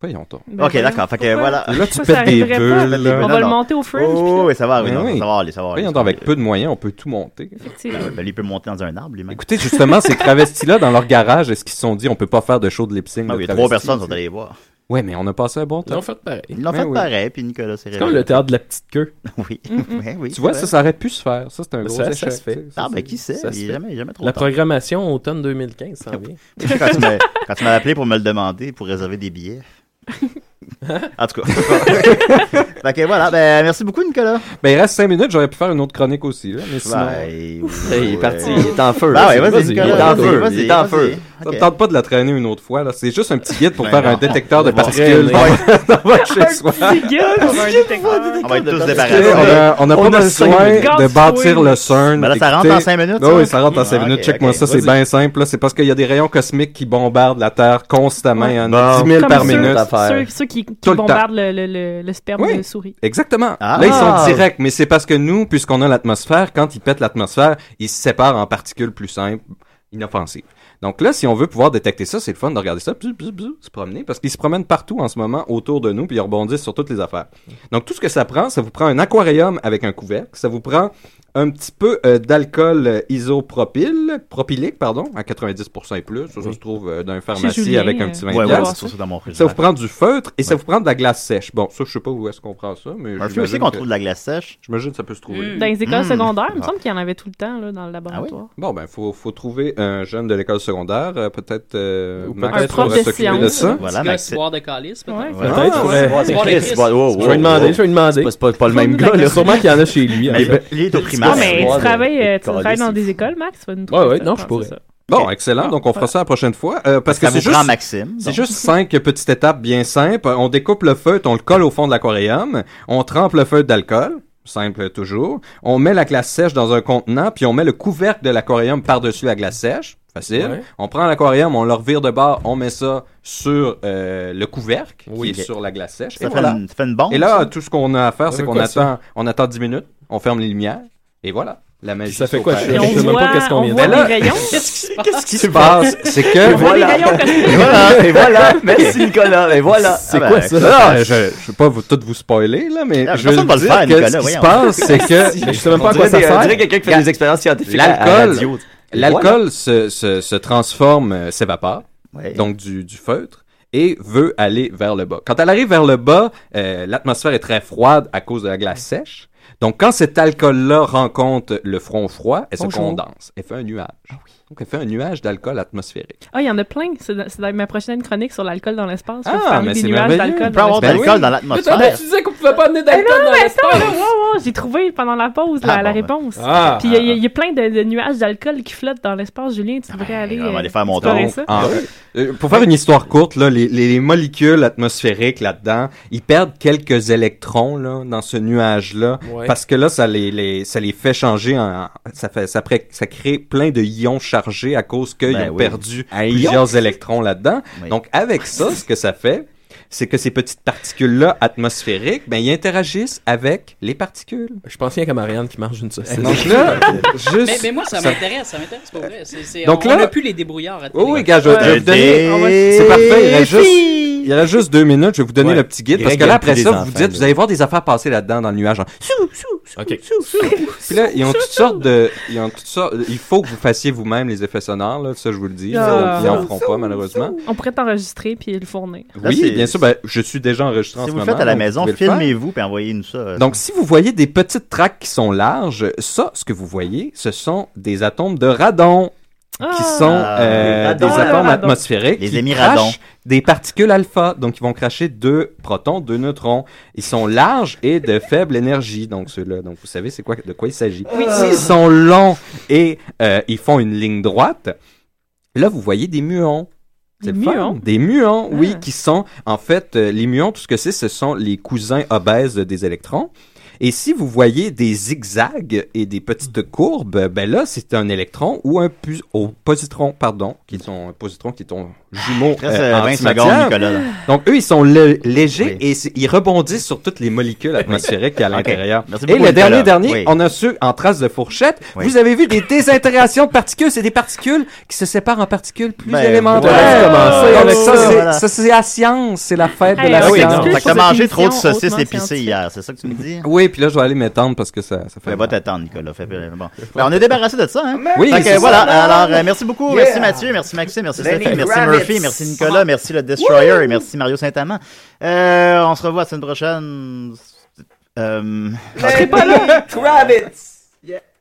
I: Voyons donc.
E: Ben Ok, voyons. d'accord, fait que
I: Pourquoi?
E: voilà.
I: Là, tu
E: Ça, ça
I: pètes des
E: arriverait pas.
I: bulles.
E: On va le monter au fringe,
I: feu.
E: puis tout. Ben oui. Voyons
I: Voyons
E: donc,
I: avec peu de moyens, on peut tout monter.
E: Ben ouais, ben, lui, il peut monter dans un arbre, lui-même.
I: Écoutez, justement, ces travestis-là, dans leur garage, est-ce qu'ils se sont dit, on peut pas faire de show de lip sync?
E: Ah oui, trois personnes sont allées les voir.
I: Ouais, mais on a passé un bon temps.
E: Ils l'ont fait pareil. Ils l'ont fait
I: Ben
E: pareil, puis Nicolas s'est
I: C'est
E: réveillé.
I: comme le théâtre de la petite queue.
E: Oui. Ben oui,
I: Tu vois,
E: c'est
I: ça,
E: vrai.
I: ça aurait pu se faire. Ça, c'est un
G: Ben,
I: gros
G: ça- ça
I: échec.
G: se fait.
E: Ah,
G: Ça,
E: ben, qui sait?
G: ça se
E: Il est
G: fait.
E: jamais- jamais trop
G: La
E: tard.
G: programmation automne 2015, ça vient.
E: Je sais Quand tu m'as- quand tu m'as appelé pour me le demander, pour réserver des billets. en tout cas. fait que voilà, ben, merci beaucoup, Nicolas.
I: Ben, il reste 5 minutes, j'aurais pu faire une autre chronique aussi. Là, mais sinon...
E: Ben, Ouf.
H: il est parti, il est en feu,
I: Bah
H: là, c'est- vas-y,
I: il est
H: Nicolas,
I: en
H: vas-y,
I: feu.
H: vas-y,
I: Il est en feu.
H: vas-y.
I: Ça me
H: Ok.
I: tente pas de la traîner une autre fois. là. C'est juste un petit guide pour
E: Ben
I: faire un
E: non.
I: détecteur de
E: On va
I: particules dans
E: traîner.
I: dans votre chez soi.
E: On va être tous
I: Écoutez,
E: débarrassés.
I: on a- On n'a pas besoin de bâtir le CERN.
E: Ben là, ça Ah, rentre
I: Écoutez,
E: en 5 minutes.
I: ben Oui, ça rentre en 5 minutes. Check-moi ça, c'est
E: bien
I: bien simple. là. C'est parce qu'il y a des rayons cosmiques qui bombardent la Terre constamment. Il y en a
E: Bon.
I: 10 000
F: Comme
I: hein, par
F: ceux-
I: minute.
F: Ceux, ceux qui, qui
I: Tout le temps.
F: bombardent le, le, le, le sperme
I: Oui.
F: de souris.
I: Exactement.
F: Ah.
I: Là, ils sont directs, mais c'est parce que nous, puisqu'on a l'atmosphère, quand ils pètent l'atmosphère, ils se séparent en particules plus simples, inoffensives. Donc là, si on veut pouvoir détecter ça, c'est le fun de regarder ça, bzou, bzou, bzou, se promener, parce qu'ils se promènent partout en ce moment autour de nous, puis ils rebondissent sur toutes les affaires. Donc tout ce que ça prend, ça vous prend un aquarium avec un couvercle, ça vous prend un petit peu euh, d'alcool euh, isopropyl, propylique, pardon, à 90% et plus. Ça, ça se trouve euh, dans une pharmacie
E: Julien,
I: avec un
E: euh,
I: petit
E: Ouais,
I: 20
E: ouais,
I: piastres.
E: c'est ça, c'est dans mon
I: Ça
E: frigidaire.
I: vous prend du feutre et ça vous prend de la glace sèche. Bon, ça, je sais pas où est-ce qu'on prend ça, mais
E: je sais
I: j'imagine
E: aussi qu'on
I: que-
E: trouve de la glace sèche.
I: J'imagine que ça peut se trouver.
F: Dans les écoles
I: Mm.
F: secondaires, il me
I: Ah.
F: semble qu'il y en avait tout le temps là, dans le laboratoire.
I: Bon, ben, faut, faut trouver un jeune de l'école secondaire, euh, peut-être euh, Max
F: peut-être
I: pourrait
F: un prof de
I: s'occuper
F: sciences.
I: de ça.
L: Voilà, Max. boire de calice, peut-être.
I: Ouais. Peut-être,
L: Ah,
I: ouais.
L: Boire de
I: Ouais.
L: calice.
I: Chris, wow, wow,
G: Je vais lui demander,
I: wow.
G: je vais lui demander.
H: C'est pas, le
I: même gars, là.
G: Sûrement qu'il y en a chez lui. hein. en
I: Mais
G: fait.
I: ben, il est au primaire.
F: Ah, mais
I: Ouais,
F: tu travailles,
I: mais-
F: euh, tu travailles dans des écoles, Max? Tu vas nous
I: Ouais,
F: trouver
I: ouais,
F: ça,
I: non, je
F: pense,
I: pourrais.
F: c'est ça.
I: Bon, excellent. Donc, on fera ça la prochaine fois. Euh, parce
E: Ça
I: que c'est
E: vous prend
I: juste.
E: Maxime,
I: C'est
E: donc.
I: juste cinq petites étapes bien simples. On découpe le feutre, on le colle au fond de l'aquarium. On trempe le feutre d'alcool. Simple toujours. On met la glace sèche dans un contenant, puis on met le couvercle de l'aquarium par-dessus la glace sèche. Facile.
G: Ouais.
I: On prend l'aquarium, on le revire de bord, on met ça sur euh, le couvercle
G: Oui.
I: qui est
G: Ok.
I: sur la glace sèche.
G: Ça
I: et
G: fait
I: voilà.
G: une- ça fait une bombe,
I: Et là,
G: ça?
I: tout ce qu'on a à faire,
G: Ça
I: c'est
G: fait
I: qu'on
G: quoi,
I: attend, on attend 10 minutes, on ferme les lumières, et voilà. La magie
G: Ça fait
I: s'opère.
G: quoi? Je- je sais même pas qu'est-ce qu'on vient de
I: Mais là-
L: Qu'est-ce
I: qui se passe, c'est que
H: Et voilà, et voilà. Merci Nicolas, et voilà.
I: C'est
H: Ah ben,
I: quoi ça Je ne vais pas vous, tout vous spoiler là, mais
H: Ah,
I: je vais
H: personne va
I: le
H: le
I: dire
H: faire,
I: que
H: Nicolas,
I: ce qui se
H: voyons.
I: passe, c'est que
H: Je sais même pas à quoi
I: On dirait
H: ça
I: des-
H: sert.
I: on dirait
H: quelqu'un qui fait des expériences scientifiques à- à la
I: L'alcool,
H: radio. Et
I: l'alcool se, se- se transforme, euh, s'évapore,
E: Ouais.
I: donc du, du feutre. Et veut aller vers le bas. Quand elle arrive vers le bas, euh, l'atmosphère est très froide à cause de la glace sèche. Donc, quand cet alcool-là rencontre le front froid, elle se
F: Bonjour.
I: condense. Elle fait un nuage. Donc, elle fait un nuage d'alcool atmosphérique.
F: Ah, il y en a plein. C'est dans, c'est dans ma prochaine chronique sur l'alcool dans l'espace. Je vais
I: Ah,
F: vous parler
I: mais
F: des
I: c'est
F: nuages
I: merveilleux.
F: d'alcool.
I: On peut avoir de l'alcool dans l'atmosphère. Mais t'as- tu
F: disais qu'on pouvait pas amener d'alcool dans l'espace. j'ai trouvé pendant la pause la,
E: Ah,
F: la
E: bon, ben.
F: réponse.
E: Ah,
F: Puis il y a- il y, a-
E: ah, ben,
F: il y a plein de, de nuages d'alcool qui flottent dans l'espace, Julien. Tu devrais aller.
E: on va
F: euh,
E: aller faire mon
F: explorer
E: tour.
F: ça.
I: Ah, euh, pour faire une histoire courte, là, les, les- les molécules atmosphériques là-dedans, ils perdent quelques électrons là, dans ce nuage-là,
G: Ouais.
I: parce que là, ça les, les- ça les fait changer, en- ça, fait, ça, pré- ça crée plein de ions chargés à cause qu'ils
G: Ben
I: ont
G: oui.
I: perdu
G: Un ion.
I: plusieurs électrons là-dedans.
G: Oui.
I: Donc avec ça, ce que ça fait, c'est que ces petites particules-là atmosphériques, ben, ils interagissent avec les particules.
G: Je pense bien qu'à Marianne qui marche une saucisse.
I: Donc là, juste...
L: Mais, mais moi, ça
I: ça-
L: m'intéresse, ça m'intéresse pour vrai. C'est- c'est-
I: Donc
L: on
I: là-
L: n'a plus les débrouillards à
I: Oui,
L: télé.
I: oui, gars, je, je vais vous donner-
L: on va-
I: C'est parfait, il reste, juste, il reste juste deux minutes, je vais vous donner
G: Ouais.
I: le petit guide.
G: Greg
I: Parce que
G: aime
I: là, après
G: plus
I: ça,
G: les
I: vous
G: enfants,
I: dites,
G: là.
I: vous allez voir des affaires passer là-dedans dans le nuage. genre, Sou, sou, sou, sou, sou. Puis là, ils ont toutes sortes de. Ils ont toutes sortes, il faut que vous fassiez vous-même les effets sonores, là, ça je vous le dis. là,
F: Ah.
I: Ils en feront pas, malheureusement.
F: On pourrait t'enregistrer puis le fournir.
I: Oui, bien sûr, ben, je suis déjà enregistré en
E: Si
I: ce
E: vous le
I: moment.
E: faites à la
I: donc
E: maison,
I: pouvez le faire.
E: filmez-vous puis envoyez-nous ça.
I: Donc, si vous voyez des petites tracts qui sont larges, ça, ce que vous voyez, ce sont des atomes de radon qui sont
E: Ah,
I: euh,
E: les
I: des
E: radons.
I: atomes
E: Ah,
I: atmosphériques
E: les
I: qui
E: émiradons.
I: crachent des particules alpha. Donc, ils vont cracher deux protons, deux neutrons. Ils sont larges et de faible énergie, donc ceux-là. Donc, vous savez c'est quoi, de quoi il s'agit.
G: Oui.
I: S'ils sont longs et euh, ils font une ligne droite, là, vous voyez des muons.
F: Des
I: C'est le fun.
F: muons?
I: Des muons, oui, qui sont, en fait, euh, les muons, tout ce que c'est, ce sont les cousins obèses des électrons. Et si vous voyez des zigzags et des petites courbes, ben là, c'est un électron ou un pu- oh, positron, pardon, qui sont un positron qui est ton jumeau
E: Reste,
I: euh,
E: euh,
I: en
E: 20
I: antimatière.
E: secondes, Nicolas, là.
I: Donc, eux, ils sont lé- légers et c'est- ils rebondissent sur toutes les molécules atmosphériques qu'il y a à
E: Ok.
I: l'intérieur.
E: Merci
I: Et
E: beaucoup,
I: le
E: Nicolas.
I: dernier, dernier,
E: Oui.
I: on a ceux en trace de fourchette.
E: Oui.
I: Vous avez vu des désintégration de particules. C'est des particules qui se séparent en particules plus
E: Ben,
I: élémentaires.
E: voilà.
I: Donc,
E: Voilà.
I: ça, c'est-
E: Voilà.
I: ça, c'est la science. C'est la fête de la
E: Ah oui,
I: science.
E: non. Fait que t'as mangé trop de saucisses épicées hier, c'est ça que tu me dis?
I: Oui, puis là, je vais aller m'étendre parce que ça, ça fait.
E: Ben, va t'attendre, Nicolas. Fait- bon. Ben, on est débarrassé de ça, hein?
I: Oui,
E: Fait que,
I: c'est ça.
E: voilà. Alors, euh, merci beaucoup.
I: Yeah.
E: Merci Mathieu, merci Maxime, merci
I: Lenny
E: Sophie, merci
I: Kravitz.
E: Murphy, merci Nicolas, merci le Destroyer et merci Mario Saint-Amand. Euh, on se revoit la semaine prochaine. Euh,
K: Lenny Kravitz. Yeah.